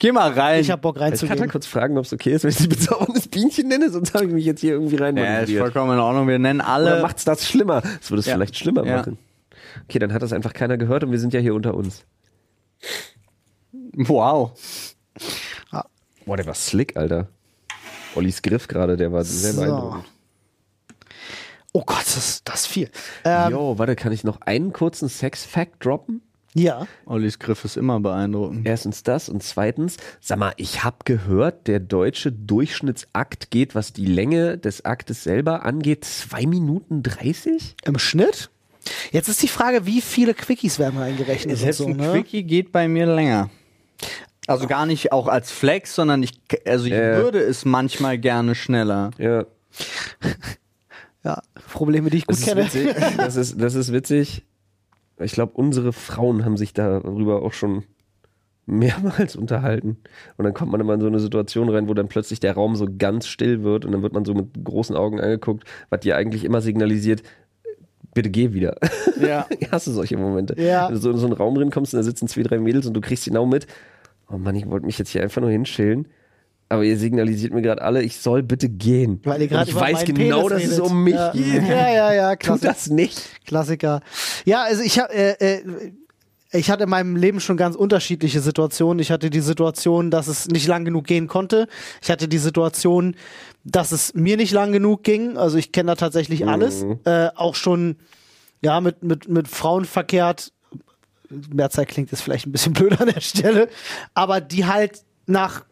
Speaker 3: Geh mal rein.
Speaker 1: Ich hab Bock
Speaker 2: Ich kann da
Speaker 1: reinzugehen.
Speaker 2: kurz fragen, ob es okay ist, wenn ich sie bezauberndes Bienchen nenne, sonst habe ich mich jetzt hier irgendwie rein.
Speaker 3: ja, ist
Speaker 2: manipuliert.
Speaker 3: vollkommen in Ordnung. Wir nennen
Speaker 2: Oder
Speaker 3: alle.
Speaker 2: macht's das schlimmer? Das würde es
Speaker 3: Ja.
Speaker 2: vielleicht schlimmer
Speaker 3: Ja.
Speaker 2: machen. Okay, dann hat das einfach keiner gehört und wir sind ja hier unter uns.
Speaker 3: Wow.
Speaker 1: Ah,
Speaker 2: Boah, der war slick, Alter. Ollis Griff gerade, der war sehr
Speaker 1: So.
Speaker 2: beeindruckend.
Speaker 1: Oh Gott, das, ist- das ist viel. Ähm,
Speaker 2: Jo, warte, kann ich noch einen kurzen Sex-Fact droppen?
Speaker 1: ja.
Speaker 3: Ollis Griff ist immer beeindruckend.
Speaker 2: Erstens das und zweitens, sag mal, ich habe gehört, der deutsche Durchschnittsakt geht, was die Länge des Aktes selber angeht, 2 Minuten 30?
Speaker 1: Im Schnitt? Jetzt ist die Frage, wie viele Quickies werden reingerechnet und
Speaker 3: Selbst
Speaker 1: so,
Speaker 3: ein
Speaker 1: ne?
Speaker 3: Quickie geht bei mir länger. Also gar nicht auch als Flex, sondern ich, also ich
Speaker 2: Äh.
Speaker 3: würde es manchmal gerne schneller.
Speaker 2: Ja,
Speaker 1: Ja, Probleme, die ich gut
Speaker 2: das ist
Speaker 1: kenne.
Speaker 2: witzig. Das ist, das ist witzig. Ich glaube, unsere Frauen haben sich darüber auch schon mehrmals unterhalten. Und dann kommt man immer in so eine Situation rein, wo dann plötzlich der Raum so ganz still wird und dann wird man so mit großen Augen angeguckt, was dir eigentlich immer signalisiert, bitte geh wieder.
Speaker 3: Ja.
Speaker 2: Ich hasse solche Momente.
Speaker 1: Ja.
Speaker 2: Wenn du so in so einen Raum reinkommst und da sitzen zwei, drei Mädels und du kriegst genau mit, oh Mann, ich wollte mich jetzt hier einfach nur hinschillen. Aber ihr signalisiert mir gerade alle, ich soll bitte gehen.
Speaker 1: Weil ihr
Speaker 2: Und
Speaker 1: gerade
Speaker 2: ich
Speaker 1: über
Speaker 2: weiß
Speaker 1: meinen
Speaker 2: genau,
Speaker 1: Penis
Speaker 2: dass es
Speaker 1: redet.
Speaker 2: um mich
Speaker 1: ja.
Speaker 2: geht.
Speaker 1: Ja, ja, ja,
Speaker 2: Tu
Speaker 1: klasse.
Speaker 2: das nicht.
Speaker 1: Klassiker. Ja, also ich habe äh, äh, ich hatte in meinem Leben schon ganz unterschiedliche Situationen. Ich hatte die Situation, dass es nicht lang genug gehen konnte. Ich hatte die Situation, dass es mir nicht lang genug ging. Also ich kenne da
Speaker 2: Mhm.
Speaker 1: tatsächlich alles. Äh, auch schon ja mit mit mit Frauen verkehrt. Mehrzahl klingt jetzt vielleicht ein bisschen blöd an der Stelle, aber die halt nach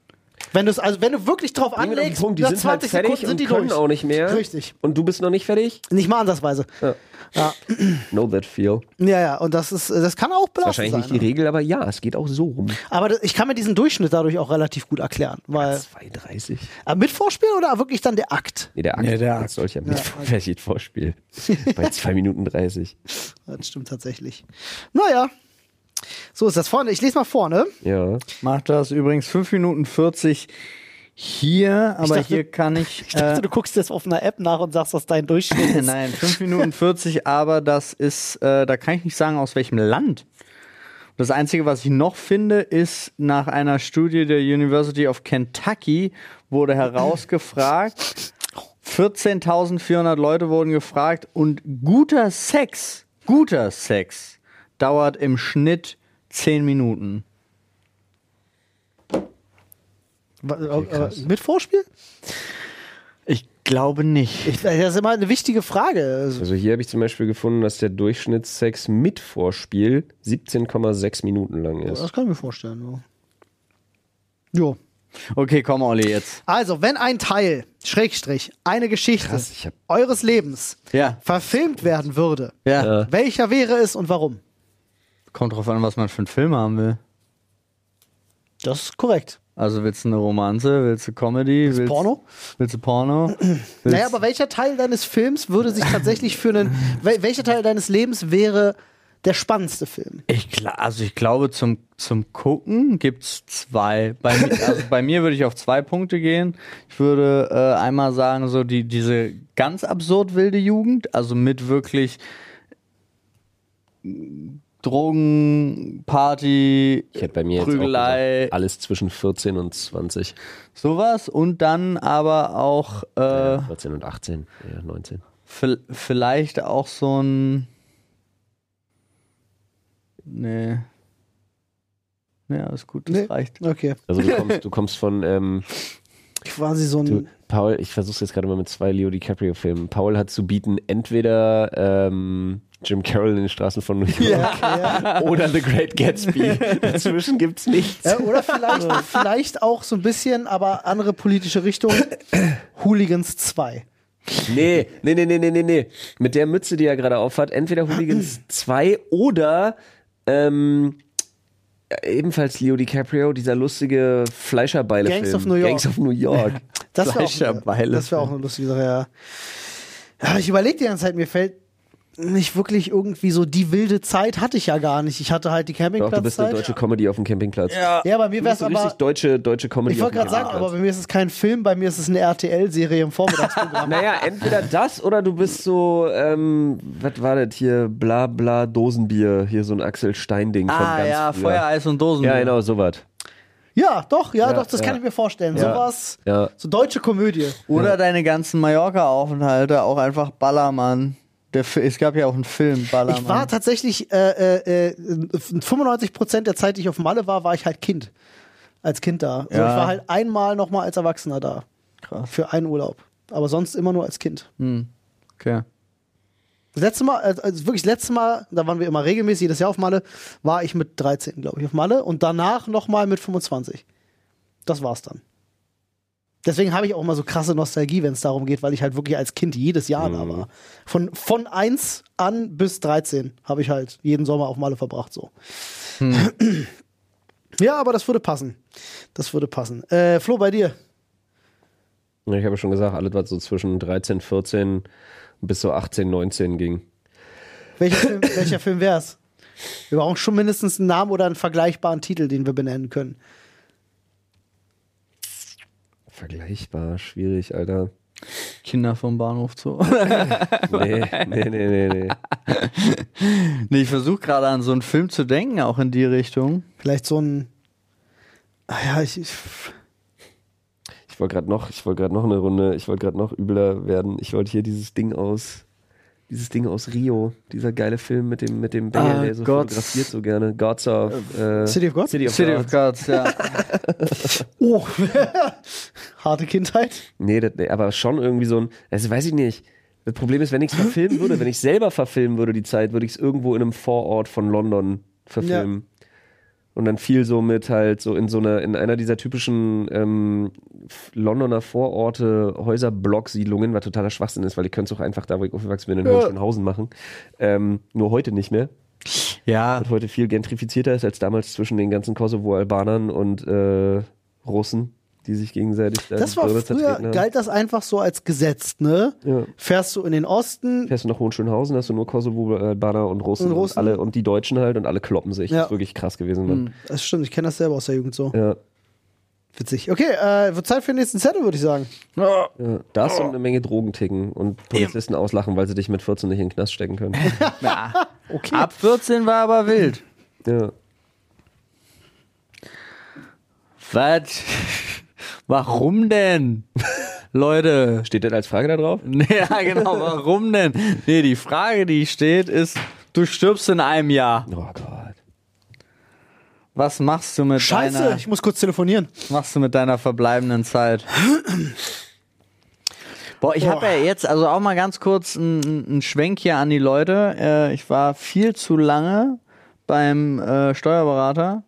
Speaker 1: Wenn, du's- also, wenn du wirklich drauf
Speaker 2: Bringen wir auf den
Speaker 1: anlegst,
Speaker 2: Punkt, die
Speaker 1: nach
Speaker 2: sind halt
Speaker 1: 20
Speaker 2: fertig
Speaker 1: Sekunden sind die
Speaker 2: und können
Speaker 1: durch.
Speaker 2: auch nicht mehr.
Speaker 1: Richtig.
Speaker 2: Und du bist noch nicht fertig?
Speaker 1: Nicht mal ansatzweise. Ja. Ja,
Speaker 2: Know that feel.
Speaker 1: ja, und das ist, das kann auch belastend
Speaker 2: Wahrscheinlich
Speaker 1: sein.
Speaker 2: nicht die Regel, aber ja, es geht auch so rum.
Speaker 1: Aber das, ich kann mir diesen Durchschnitt dadurch auch relativ gut erklären. Weil,
Speaker 2: 2,30.
Speaker 1: äh, mit Vorspiel oder wirklich dann der Akt?
Speaker 2: Nee, der Akt.
Speaker 3: Ja, der
Speaker 2: als
Speaker 3: Akt.
Speaker 2: solcher. Mit Vorfeld Vorspiel. Bei 2 Minuten 30.
Speaker 1: Das stimmt tatsächlich. Naja. So ist das. Freunde, ich lese mal ne? vorne.
Speaker 2: Ja.
Speaker 3: Macht das übrigens 5 Minuten 40 hier, aber
Speaker 1: dachte-
Speaker 3: hier kann ich.
Speaker 1: Ich dachte, du guckst jetzt auf einer App nach und sagst, was dein Durchschnitt
Speaker 3: äh,
Speaker 1: ist.
Speaker 3: nein, 5 Minuten 40, aber das ist, äh, da kann ich nicht sagen, aus welchem Land. Das Einzige, was ich noch finde, ist nach einer Studie der University of Kentucky wurde herausgefragt, 14.400 Leute wurden gefragt und guter Sex, guter Sex dauert im Schnitt 10 Minuten.
Speaker 1: Wa- äh, äh, mit Vorspiel?
Speaker 3: Ich glaube nicht.
Speaker 1: Ich, das ist immer eine wichtige Frage. Also,
Speaker 2: Also hier habe ich zum Beispiel gefunden, dass der Durchschnittssex mit Vorspiel 17,6 Minuten lang ist.
Speaker 1: Das kann ich mir vorstellen. Ja. Jo.
Speaker 3: Okay, komm, Olli, jetzt.
Speaker 1: Also, wenn ein Teil, Schrägstrich, eine Geschichte
Speaker 2: Krass, ich hab-
Speaker 1: eures Lebens
Speaker 3: Ja.
Speaker 1: verfilmt werden würde,
Speaker 3: Ja.
Speaker 1: welcher wäre es und warum?
Speaker 3: Kommt drauf an, was man für einen Film haben will.
Speaker 1: Das ist korrekt.
Speaker 3: Also willst du eine Romanze, willst du Comedy, willst,
Speaker 1: Porno?
Speaker 3: Willst du Porno? willst,
Speaker 1: Naja, aber welcher Teil deines Films würde sich tatsächlich für einen. wel- welcher Teil deines Lebens wäre der spannendste Film?
Speaker 3: ich, gla- also ich glaube, zum, zum Gucken gibt's zwei. Bei, mi- also bei mir würde ich auf zwei Punkte gehen. Ich würde äh, einmal sagen, so die, diese ganz absurd wilde Jugend, also mit wirklich Drogen, Party,
Speaker 2: Ich hätte bei mir jetzt auch
Speaker 3: Prügelei,
Speaker 2: gesagt, alles zwischen 14 und 20.
Speaker 3: sowas und dann aber auch äh,
Speaker 2: 14 und 18, ja, 19.
Speaker 3: Vel- Vielleicht auch so ein. Nee. Nee, alles gut, das
Speaker 1: Nee.
Speaker 3: reicht.
Speaker 1: Okay.
Speaker 2: Also du kommst, du kommst von ähm,
Speaker 1: Quasi so
Speaker 2: du,
Speaker 1: ein.
Speaker 2: Paul, ich versuche jetzt gerade mal mit zwei Leo DiCaprio-Filmen. Paul hat zu bieten entweder ähm, Jim Carroll in den Straßen von New York oder The Great Gatsby. Dazwischen gibt's nichts.
Speaker 1: Ja, oder vielleicht, vielleicht auch so ein bisschen, aber andere politische Richtung. Hooligans 2.
Speaker 2: Nee, nee, nee, nee, nee, nee, nee. Mit der Mütze, die er gerade aufhat, entweder Hooligans 2 oder ähm, ebenfalls Leo DiCaprio, dieser lustige Fleischerbeile.
Speaker 1: Gangs of New York.
Speaker 2: Gangs of New York.
Speaker 1: Das wäre auch, eine-
Speaker 3: Fleischerbeile.
Speaker 1: das wär auch eine lustige Sache, ja. ja ich überlege die ganze Zeit, mir fällt nicht wirklich irgendwie so die wilde Zeit hatte ich ja gar nicht. Ich hatte halt die
Speaker 2: Doch, du bist eine deutsche
Speaker 1: Campingplatzzeit.
Speaker 2: Comedy auf dem Campingplatz. Ja.
Speaker 1: Ja, bei mir
Speaker 2: Du
Speaker 1: wäre
Speaker 2: bist
Speaker 1: es
Speaker 2: so richtig
Speaker 1: aber.
Speaker 2: deutsche, deutsche Comedy
Speaker 1: Ich wollte
Speaker 2: auf
Speaker 1: gerade
Speaker 2: dem
Speaker 1: sagen, aber
Speaker 2: Campingplatz.
Speaker 1: bei mir ist es kein Film, bei mir ist es eine RTL-Serie im Vormittagsprogramm.
Speaker 2: Naja, entweder das oder du bist so, ähm, was war das hier? Bla bla Dosenbier. Hier so ein Axel Stein-Ding von
Speaker 3: Ah
Speaker 2: ganz
Speaker 3: ja,
Speaker 2: früher.
Speaker 3: Feuer, Eis und Dosen.
Speaker 2: Ja, genau, sowas.
Speaker 1: ja, doch, ja,
Speaker 2: Ja,
Speaker 1: doch, das
Speaker 2: ja.
Speaker 1: kann ich mir vorstellen.
Speaker 2: Ja.
Speaker 1: Sowas.
Speaker 2: Ja.
Speaker 1: So deutsche Komödie.
Speaker 3: Oder deine ganzen Mallorca-Aufenthalte, auch einfach Ballermann. Der, Fi- es gab ja auch einen Film, Ballermann.
Speaker 1: Ich war tatsächlich, äh, äh, äh, 95% der Zeit, die ich auf Malle war, war ich halt Kind. Als Kind da. Also
Speaker 3: Ja.
Speaker 1: Ich war halt einmal nochmal als Erwachsener da.
Speaker 3: Krass.
Speaker 1: Für einen Urlaub. Aber sonst immer nur als Kind.
Speaker 3: Hm, Okay.
Speaker 1: Das letzte Mal, also also wirklich das letzte Mal, da waren wir immer regelmäßig jedes Jahr auf Malle, war ich mit 13, glaube ich, auf Malle und danach nochmal mit 25. Das war's dann. Deswegen habe ich auch immer so krasse Nostalgie, wenn es darum geht, weil ich halt wirklich als Kind jedes Jahr da war. Von, von 1 an bis 13 habe ich halt jeden Sommer auf Malle verbracht, so. Ja, aber das würde passen. Das würde passen. Äh, Flo, bei dir.
Speaker 2: Ja, Ich habe schon gesagt, alles, was so zwischen 13, 14 bis so 18, 19 ging.
Speaker 1: Welcher Film, welcher Film wär's? Wir brauchen schon mindestens einen Namen oder einen vergleichbaren Titel, den wir benennen können.
Speaker 2: Vergleichbar, schwierig, Alter.
Speaker 3: Kinder vom Bahnhof zu.
Speaker 2: Nee, nee, nee, nee, nee.
Speaker 3: nee, ich versuche gerade an so einen Film zu denken, auch in die Richtung.
Speaker 1: Vielleicht so ein. Ah Ja, ich, ich,
Speaker 2: Ich wollte gerade noch, ich wollte gerade noch eine Runde, ich wollte gerade noch übler werden. Ich wollte hier dieses Ding aus, dieses Ding aus Rio, dieser geile Film mit dem, mit dem Bengel,
Speaker 3: Ah,
Speaker 2: der so
Speaker 3: Gods.
Speaker 2: fotografiert so gerne. Gods of, äh,
Speaker 1: City of God?
Speaker 2: City of,
Speaker 3: City
Speaker 2: Gods.
Speaker 3: of Cards, ja.
Speaker 1: oh, harte Kindheit.
Speaker 2: Nee, das, nee, aber schon irgendwie so ein, also weiß ich nicht. Das Problem ist, wenn ich es verfilmen würde, wenn ich selber verfilmen würde, die Zeit, würde ich es irgendwo in einem Vorort von London verfilmen. und dann viel so mit halt so in so einer, in einer dieser typischen ähm, Londoner Vororte Häuserblock-Siedlungen, was totaler Schwachsinn ist, weil ihr könnt es auch einfach da, wo ich aufgewachsen bin, in Hohenschönhausen machen. Ähm, nur heute nicht mehr.
Speaker 6: Ja,
Speaker 2: Was heute viel gentrifizierter ist als damals zwischen den ganzen Kosovo-Albanern und äh, Russen, die sich gegenseitig dann
Speaker 1: Das war
Speaker 2: Bürger
Speaker 1: früher,
Speaker 2: zertreten haben.
Speaker 1: galt das einfach so als Gesetz, ne?
Speaker 2: ne? Ja.
Speaker 1: Fährst du in den Osten,
Speaker 2: Fährst du nach Hohenschönhausen, hast du nur Kosovo-Albaner und Russen und,
Speaker 1: Russen.
Speaker 2: alle und die Deutschen halt und alle kloppen sich.
Speaker 1: Ja. Mhm.
Speaker 2: Das ist wirklich krass gewesen. Mann.
Speaker 1: das stimmt, ich kenne das selber aus der Jugend so.
Speaker 2: Ja.
Speaker 1: Witzig. Okay, äh, wird Zeit für den nächsten Zettel, würde ich sagen.
Speaker 3: Oh,
Speaker 2: Ja, da hast du eine Menge Drogen ticken und Polizisten auslachen, weil sie dich mit 14 nicht in den Knast stecken können.
Speaker 3: Ab 14 war aber wild.
Speaker 2: ja.
Speaker 3: Was? Warum denn? Leute.
Speaker 2: Steht das als Frage da drauf?
Speaker 3: Ja, genau, warum denn? Nee, die Frage, die steht, ist, du stirbst in einem Jahr.
Speaker 2: Oh Gott.
Speaker 3: Was machst du mit,
Speaker 1: Scheiße,
Speaker 3: deiner,
Speaker 1: ich muss kurz telefonieren.
Speaker 3: machst du mit deiner verbleibenden Zeit? Boah, ich habe ja jetzt, also auch mal ganz kurz einen einen Schwenk hier an die Leute. Äh, ich war viel zu lange beim äh, Steuerberater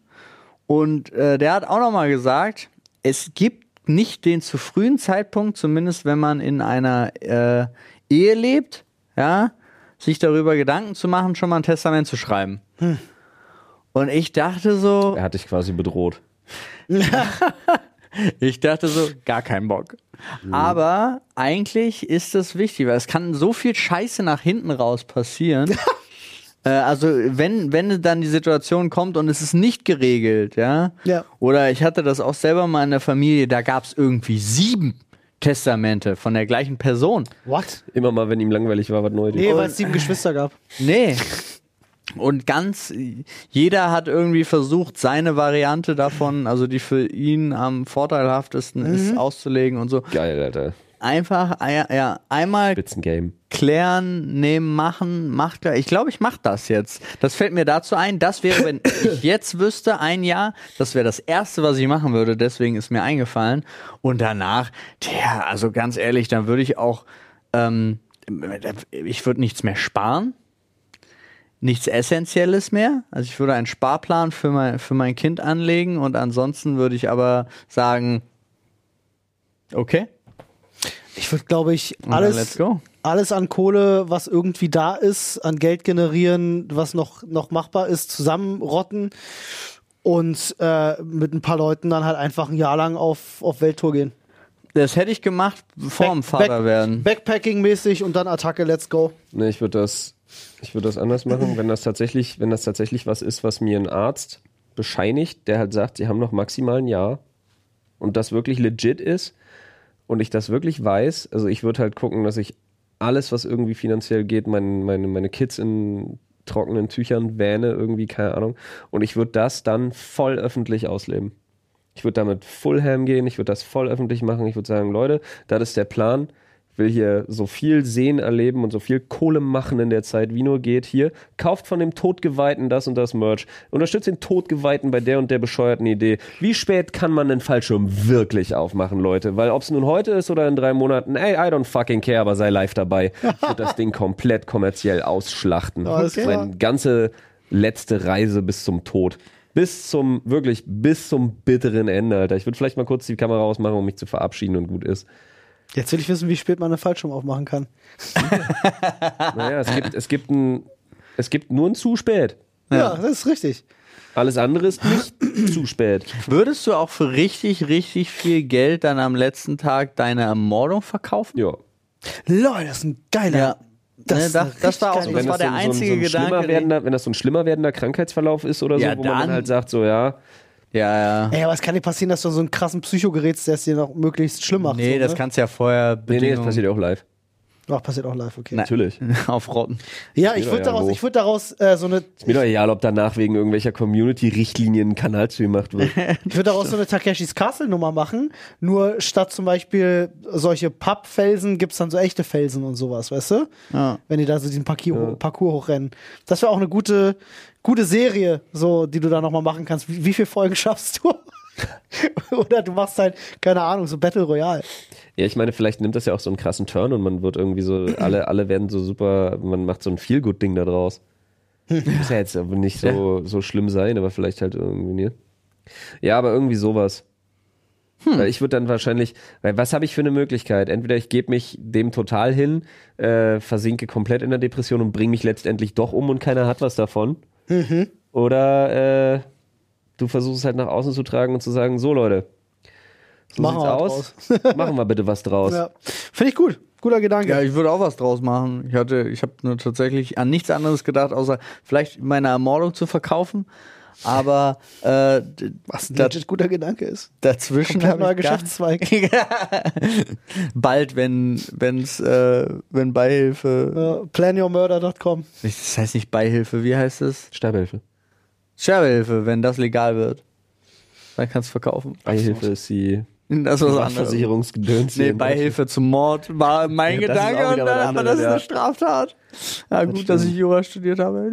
Speaker 3: und äh, der hat auch nochmal gesagt, es gibt nicht den zu frühen Zeitpunkt, zumindest wenn man in einer äh, Ehe lebt, ja, sich darüber Gedanken zu machen, schon mal ein Testament zu schreiben. Und ich dachte so,
Speaker 2: Er hat dich quasi bedroht.
Speaker 3: ich dachte so, gar keinen Bock. Aber eigentlich ist das wichtig, weil es kann so viel Scheiße nach hinten raus passieren. Äh, Also wenn, wenn dann die Situation kommt und es ist nicht geregelt, ja,
Speaker 1: Ja.
Speaker 3: oder ich hatte das auch selber mal in der Familie, da gab es irgendwie sieben Testamente von der gleichen Person.
Speaker 1: What?
Speaker 2: Immer mal, wenn ihm langweilig war, was Neues.
Speaker 1: Nee, weil es sieben Geschwister gab.
Speaker 3: Nee. Und ganz, jeder hat irgendwie versucht, seine Variante davon, also die für ihn am vorteilhaftesten ist, auszulegen und so.
Speaker 2: Geil, Alter.
Speaker 3: Einfach, ah ja, ja, einmal
Speaker 2: Spitzengame.
Speaker 3: klären, nehmen, machen, macht er. Ich glaube, ich mache das jetzt. Das fällt mir dazu ein. Das wäre, wenn ich jetzt wüsste, ein Jahr, das wäre das Erste, was ich machen würde. Deswegen ist mir eingefallen. Und danach, tja, also ganz ehrlich, dann würde ich auch, ähm, ich würde nichts mehr sparen. Nichts Essentielles mehr. Also ich würde einen Sparplan für mein, für mein Kind anlegen und ansonsten würde ich aber sagen, okay,
Speaker 1: Ich würde, glaube ich,
Speaker 3: und dann
Speaker 1: alles,
Speaker 3: let's go.
Speaker 1: alles an Kohle, was irgendwie da ist, an Geld generieren, was noch, noch machbar ist, zusammenrotten und äh, mit ein paar Leuten dann halt einfach ein Jahr lang auf, auf Welttour gehen.
Speaker 3: Das hätte ich gemacht,
Speaker 1: Back-
Speaker 3: bevor dem Vater
Speaker 1: Back-
Speaker 3: werden.
Speaker 1: Backpacking-mäßig und dann Attacke, let's go.
Speaker 2: Nee, Ne, ich würde das, ich würde das anders machen, wenn das tatsächlich, wenn das tatsächlich was ist, was mir ein Arzt bescheinigt, der halt sagt, sie haben noch maximal ein Jahr und das wirklich legit ist und ich das wirklich weiß. Also ich würde halt gucken, dass ich alles, was irgendwie finanziell geht, mein, meine, meine Kids in trockenen Tüchern wähne, irgendwie, keine Ahnung. Und ich würde das dann voll öffentlich ausleben. Ich würde damit full ham gehen, ich würde das voll öffentlich machen. Ich würde sagen, Leute, das ist der Plan. Ich will hier so viel sehen, erleben und so viel Kohle machen in der Zeit, wie nur geht. Hier, kauft von dem Todgeweihten das und das Merch. Unterstützt den Todgeweihten bei der und der bescheuerten Idee. Wie spät kann man den Fallschirm wirklich aufmachen, Leute? Weil ob es nun heute ist oder in drei Monaten, ey, I don't fucking care, aber sei live dabei. Ich würde das Ding komplett kommerziell ausschlachten.
Speaker 1: Alles klar.
Speaker 2: Meine ganze letzte Reise bis zum Tod. Bis zum, wirklich, bis zum bitteren Ende, Alter. Ich würde vielleicht mal kurz die Kamera ausmachen, um mich zu verabschieden und gut ist.
Speaker 1: Jetzt will ich wissen, wie spät man einen Fallschirm aufmachen kann.
Speaker 2: Naja, es gibt, es gibt ein, es gibt nur ein zu spät.
Speaker 1: Ja, das ist richtig.
Speaker 2: Alles andere ist nicht zu spät.
Speaker 3: Würdest du auch für richtig, richtig viel Geld dann am letzten Tag deine Ermordung verkaufen?
Speaker 2: Ja.
Speaker 1: Lol, das ist ein geiler.
Speaker 3: Ja.
Speaker 1: Das,
Speaker 3: Ne,
Speaker 1: ist
Speaker 3: da-
Speaker 1: ein
Speaker 3: das
Speaker 1: richtig
Speaker 3: war auch-
Speaker 1: geiler-
Speaker 3: das war der einzige Gedanke,
Speaker 2: Schlimmer
Speaker 3: den-
Speaker 2: werdender, wenn das so ein schlimmer werdender Krankheitsverlauf ist oder so,
Speaker 3: Ja,
Speaker 2: wo man dann
Speaker 3: dann-
Speaker 2: halt sagt, so ja,
Speaker 3: Ja, ja.
Speaker 1: Ey, aber es kann dir passieren, dass du an so einen krassen Psycho gerätst, der es dir noch möglichst schlimm macht.
Speaker 3: Nee,
Speaker 1: so,
Speaker 3: das
Speaker 1: ne?
Speaker 3: kannst du ja vorher
Speaker 2: nee, nee, das
Speaker 3: Bedingungen-
Speaker 2: passiert ja auch live.
Speaker 1: Ach, passiert auch live, okay.
Speaker 3: Nein.
Speaker 2: Natürlich.
Speaker 3: Aufrotten.
Speaker 1: Ja, ich
Speaker 2: Ist mir
Speaker 1: würde
Speaker 2: doch
Speaker 1: daraus,
Speaker 2: irgendwo.
Speaker 1: ich würd daraus äh, so eine,
Speaker 2: Mir doch egal, ob danach wegen irgendwelcher Community-Richtlinien ein Kanal zu gemacht wird.
Speaker 1: ich würde daraus so eine Takeshis Castle Nummer machen. Nur statt zum Beispiel solche Pappfelsen gibt's dann so echte Felsen und sowas, weißt du?
Speaker 3: Ja.
Speaker 1: Wenn die da so diesen Parkour, Parkour hochrennen. Das wäre auch eine gute, gute Serie, so, die du da nochmal machen kannst. Wie, wie viele Folgen schaffst du? Oder du machst halt, keine Ahnung, so Battle Royale.
Speaker 2: Ja, ich meine, vielleicht nimmt das ja auch so einen krassen Turn und man wird irgendwie so, alle, alle werden so super, man macht so ein Feel-Good-Ding da draus. Muss ja jetzt aber nicht so, so schlimm sein, aber vielleicht halt irgendwie, ne? Ja, aber irgendwie sowas.
Speaker 1: Hm.
Speaker 2: Weil ich würde dann wahrscheinlich, weil was habe ich für eine Möglichkeit? Entweder ich gebe mich dem total hin, äh, versinke komplett in der Depression und bringe mich letztendlich doch um und keiner hat was davon.
Speaker 1: Mhm.
Speaker 2: Oder äh, du versuchst es halt nach außen zu tragen und zu sagen, so Leute, so
Speaker 1: Machen
Speaker 2: sieht's
Speaker 1: wir
Speaker 2: aus. Machen wir bitte was draus.
Speaker 1: Ja. Finde ich gut. Guter Gedanke.
Speaker 3: Ja, ich würde auch was draus machen. Ich hatte, ich habe nur tatsächlich an nichts anderes gedacht, außer vielleicht meine Ermordung zu verkaufen. Aber äh, d-
Speaker 1: was ein
Speaker 3: da-
Speaker 1: legit guter Gedanke ist.
Speaker 3: dazwischen
Speaker 1: Komplett neuer
Speaker 3: habe ich gar,
Speaker 1: Geschäftszweig.
Speaker 3: bald, wenn wenn's, äh, wenn Beihilfe,
Speaker 1: Ja, planyourmurder.com.
Speaker 3: das heißt nicht Beihilfe, wie heißt es?
Speaker 2: Sterbehilfe.
Speaker 3: Sterbehilfe, wenn das legal wird, dann kannst du verkaufen.
Speaker 2: Beihilfe ist die
Speaker 3: Das ist was anderes.
Speaker 2: Versicherungsgedöns.
Speaker 3: Nee, Beihilfe zum Mord war mein
Speaker 2: Ja, das ist
Speaker 3: Gedanke,
Speaker 2: auch wieder
Speaker 3: und
Speaker 2: was
Speaker 3: dann, aber
Speaker 2: anderes,
Speaker 3: das ist eine
Speaker 2: ja.
Speaker 3: Straftat. Ja, gut, dass ich Jura studiert habe.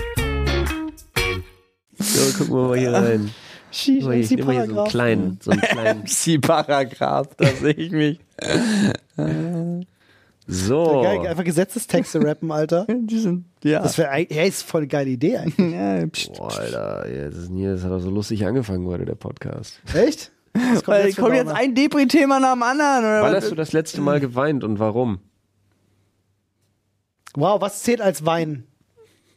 Speaker 2: So, gucken wir mal hier rein.
Speaker 1: Sheesh,
Speaker 2: Ui, ich nehme hier so einen kleinen, so einen kleinen.
Speaker 3: MC-Paragraph, da sehe ich mich.
Speaker 2: So.
Speaker 1: Geil, einfach Gesetzestexte rappen, Alter.
Speaker 3: Die sind, ja.
Speaker 1: Das wäre eigentlich, ja, ist voll eine geile Idee eigentlich.
Speaker 3: ja pst.
Speaker 2: Boah, Alter, ja, das, ist nie, das hat auch so lustig angefangen heute, der Podcast.
Speaker 1: Echt? Das
Speaker 3: Weil jetzt kommt jetzt
Speaker 1: Verdauen.
Speaker 3: ein Depri-Thema nach dem anderen. Oder
Speaker 2: Wann
Speaker 3: was?
Speaker 2: hast du das letzte Mal geweint und warum?
Speaker 1: Wow, was zählt als Weinen?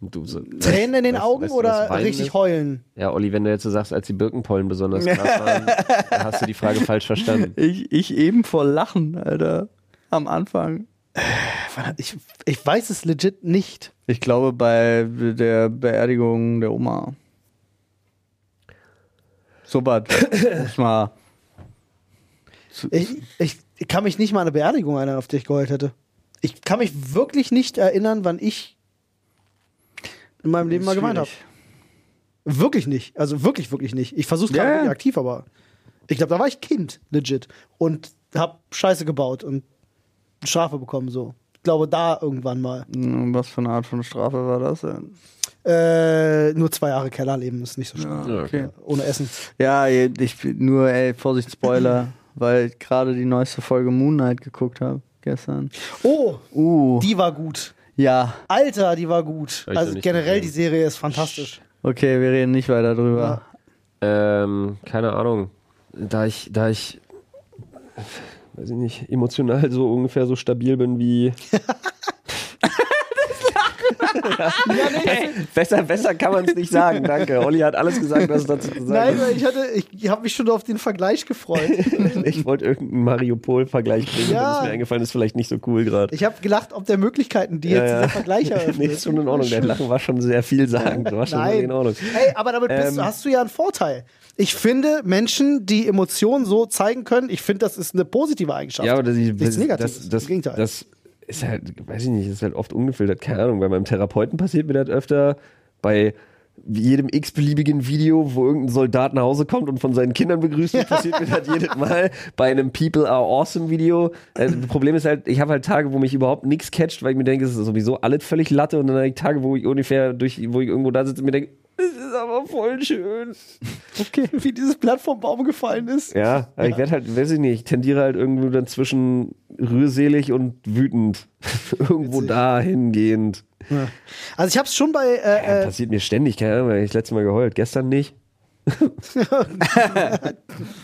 Speaker 2: Du, so,
Speaker 1: Tränen in den
Speaker 2: Weißt du,
Speaker 1: Augen
Speaker 2: weißt du, was
Speaker 1: oder
Speaker 2: Weinen
Speaker 1: richtig
Speaker 2: ist?
Speaker 1: heulen?
Speaker 2: Ja, Olli, wenn du jetzt so sagst, als die Birkenpollen besonders krass waren, dann hast du die Frage falsch verstanden.
Speaker 3: Ich, ich eben vor Lachen, Alter. Am Anfang.
Speaker 1: Ich, ich weiß es legit nicht.
Speaker 3: Ich glaube, bei der Beerdigung der Oma. So was. Muss mal.
Speaker 1: Ich, ich kann mich nicht mal an eine Beerdigung erinnern, auf die ich geheult hätte. Ich kann mich wirklich nicht erinnern, wann ich in meinem Leben mal gemeint habe. Wirklich nicht. Also wirklich, wirklich nicht. Ich versuche gerade
Speaker 3: Ja, ja.
Speaker 1: wirklich aktiv, aber ich glaube, da war ich Kind, legit. Und hab Scheiße gebaut und Strafe bekommen, so. Ich glaube, da irgendwann mal.
Speaker 3: hm, Was für eine Art von Strafe war das denn?
Speaker 1: Äh, nur zwei Jahre Kellerleben ist nicht so schlimm.
Speaker 3: Ja, okay.
Speaker 1: Ohne Essen.
Speaker 3: Ja, ich nur, ey, Vorsicht, Spoiler, weil ich gerade die neueste Folge Moon Knight geguckt habe gestern.
Speaker 1: Oh,
Speaker 3: Uh,
Speaker 1: die war gut.
Speaker 3: ja.
Speaker 1: Alter, die war gut.
Speaker 2: Hab ich noch
Speaker 1: Also
Speaker 2: nicht
Speaker 1: generell,
Speaker 2: gesehen.
Speaker 1: die Serie ist fantastisch.
Speaker 3: Okay, wir reden nicht weiter drüber.
Speaker 2: Ähm, keine Ahnung. Da ich, da ich, weiß ich nicht, emotional so ungefähr so stabil bin wie. Ja, nee. Besser, besser kann man es nicht sagen, danke. Olli hat alles gesagt, was dazu zu sagen
Speaker 1: Nein, weil ich hatte, ich habe mich schon auf den Vergleich gefreut.
Speaker 2: ist. Ich wollte irgendeinen Mariupol-Vergleich bringen,
Speaker 1: Ja.
Speaker 2: dann ist mir eingefallen, ist vielleicht nicht so cool gerade.
Speaker 1: Ich habe gelacht, ob der Möglichkeiten, die jetzt dieser Vergleich eröffnet.
Speaker 2: Nee, ist schon in Ordnung. Der Lachen war schon sehr vielsagend. War schon
Speaker 1: Nein.
Speaker 2: in Ordnung.
Speaker 1: Hey, aber damit bist
Speaker 2: Ähm.
Speaker 1: du, hast du ja einen Vorteil. Ich finde, Menschen, die Emotionen so zeigen können, ich finde, das ist eine positive Eigenschaft.
Speaker 2: Ja, aber das,
Speaker 1: Nichts
Speaker 2: das,
Speaker 1: Negatives.
Speaker 2: das, das,
Speaker 1: Im Gegenteil.
Speaker 2: das ist halt, weiß ich nicht, ist halt oft ungefiltert, keine Ahnung. Bei meinem Therapeuten passiert mir das öfter, bei jedem x-beliebigen Video, wo irgendein Soldat nach Hause kommt und von seinen Kindern begrüßt wird, passiert mir das jedes Mal bei einem People Are Awesome Video. Also, das Problem ist halt, ich habe halt Tage, wo mich überhaupt nichts catcht, weil ich mir denke, es ist sowieso alles völlig Latte und dann habe ich Tage, wo ich ungefähr durch, wo ich irgendwo da sitze und mir denke, das ist aber voll schön.
Speaker 1: Okay. Wie dieses Blatt vom Baum gefallen ist.
Speaker 2: Ja, aber ich werde halt, weiß ich nicht, ich tendiere halt irgendwo dann zwischen rührselig und wütend. irgendwo dahingehend.
Speaker 1: Also ich habe es schon bei äh,
Speaker 2: Ja,
Speaker 1: äh,
Speaker 2: passiert mir ständig, keine Ahnung, weil ich letztes Mal geheult. Gestern nicht.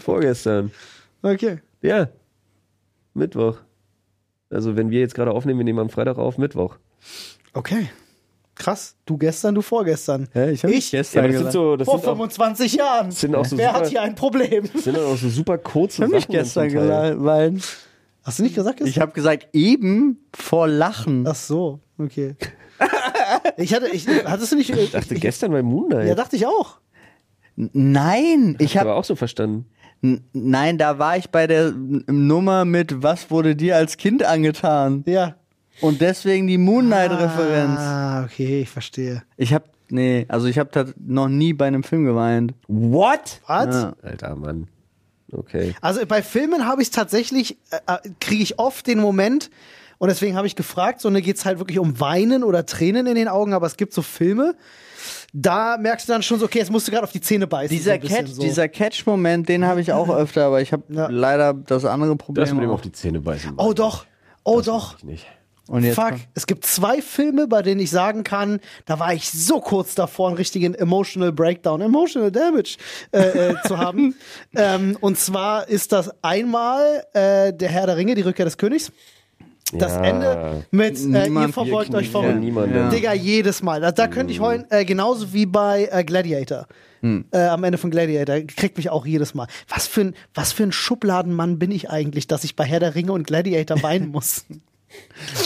Speaker 2: Vorgestern.
Speaker 1: äh, okay.
Speaker 2: Ja. Mittwoch. Also, wenn wir jetzt gerade aufnehmen, wir nehmen am Freitag auf, Mittwoch.
Speaker 1: Okay. Krass, du gestern, du vorgestern.
Speaker 5: Hä, ich hab
Speaker 1: ich
Speaker 5: gestern gesagt.
Speaker 2: so, das
Speaker 1: vor 25 Jahren.
Speaker 2: sind auch so
Speaker 1: Wer
Speaker 2: super-
Speaker 1: hat hier ein Problem?
Speaker 2: sind dann auch so super kurze
Speaker 5: Ich hab mich
Speaker 2: dann zum
Speaker 5: gestern
Speaker 2: Teil.
Speaker 5: gelangweilt.
Speaker 1: Hast du nicht gesagt gestern?
Speaker 5: Ich habe gesagt, eben vor Lachen.
Speaker 1: Ach so, okay. ich hatte, ich, hattest du nicht. äh,
Speaker 2: Ich dachte gestern bei Moonlight.
Speaker 1: ja, dachte ich auch.
Speaker 5: N- Nein, ich
Speaker 2: ich aber
Speaker 5: habe
Speaker 2: auch so verstanden.
Speaker 5: nein, da war ich bei der n- Nummer mit was wurde dir als Kind angetan
Speaker 1: Ja.
Speaker 5: und deswegen die Moon Knight Referenz.
Speaker 1: Ah, okay, ich verstehe.
Speaker 5: Ich habe nee, also ich habe noch nie bei einem Film geweint.
Speaker 2: What?
Speaker 1: Was?
Speaker 5: Ja.
Speaker 2: Alter Mann. Okay.
Speaker 1: Also bei Filmen habe ich es tatsächlich, äh, kriege ich oft den Moment, und deswegen habe ich gefragt, so ne, geht es halt wirklich um Weinen oder Tränen in den Augen, aber es gibt so Filme, da merkst du dann schon so, okay, jetzt musst du gerade auf die Zähne beißen. so
Speaker 5: Dieser
Speaker 1: ein bisschen
Speaker 5: Catch,
Speaker 1: so.
Speaker 5: dieser Catch Moment, den habe ich auch öfter, aber ich habe
Speaker 1: Ja.
Speaker 5: leider das andere Problem.
Speaker 2: Das mit dem
Speaker 5: auch.
Speaker 2: auf die Zähne beißen.
Speaker 1: Oh doch, oh
Speaker 2: Das
Speaker 1: doch.
Speaker 2: mach Ich nicht.
Speaker 5: Und jetzt
Speaker 1: Fuck,
Speaker 5: kommt-
Speaker 1: es gibt zwei Filme, bei denen ich sagen kann, da war ich so kurz davor, einen richtigen Emotional Breakdown, Emotional Damage äh, äh, zu haben. Ähm, und zwar ist das einmal äh, Der Herr der Ringe, die Rückkehr des Königs. Das
Speaker 2: Ja.
Speaker 1: Ende mit äh, ihr
Speaker 5: Niemand-
Speaker 1: verbeugt euch vor
Speaker 2: Ja,
Speaker 1: mir.
Speaker 2: niemand.
Speaker 5: Ja.
Speaker 1: Digga, jedes Mal. Da, da könnte ich heulen, äh, genauso wie bei äh, Gladiator. Äh, am Ende von Gladiator kriegt mich auch jedes Mal. Was für, ein, was für ein Schubladenmann bin ich eigentlich, dass ich bei Herr der Ringe und Gladiator weinen muss?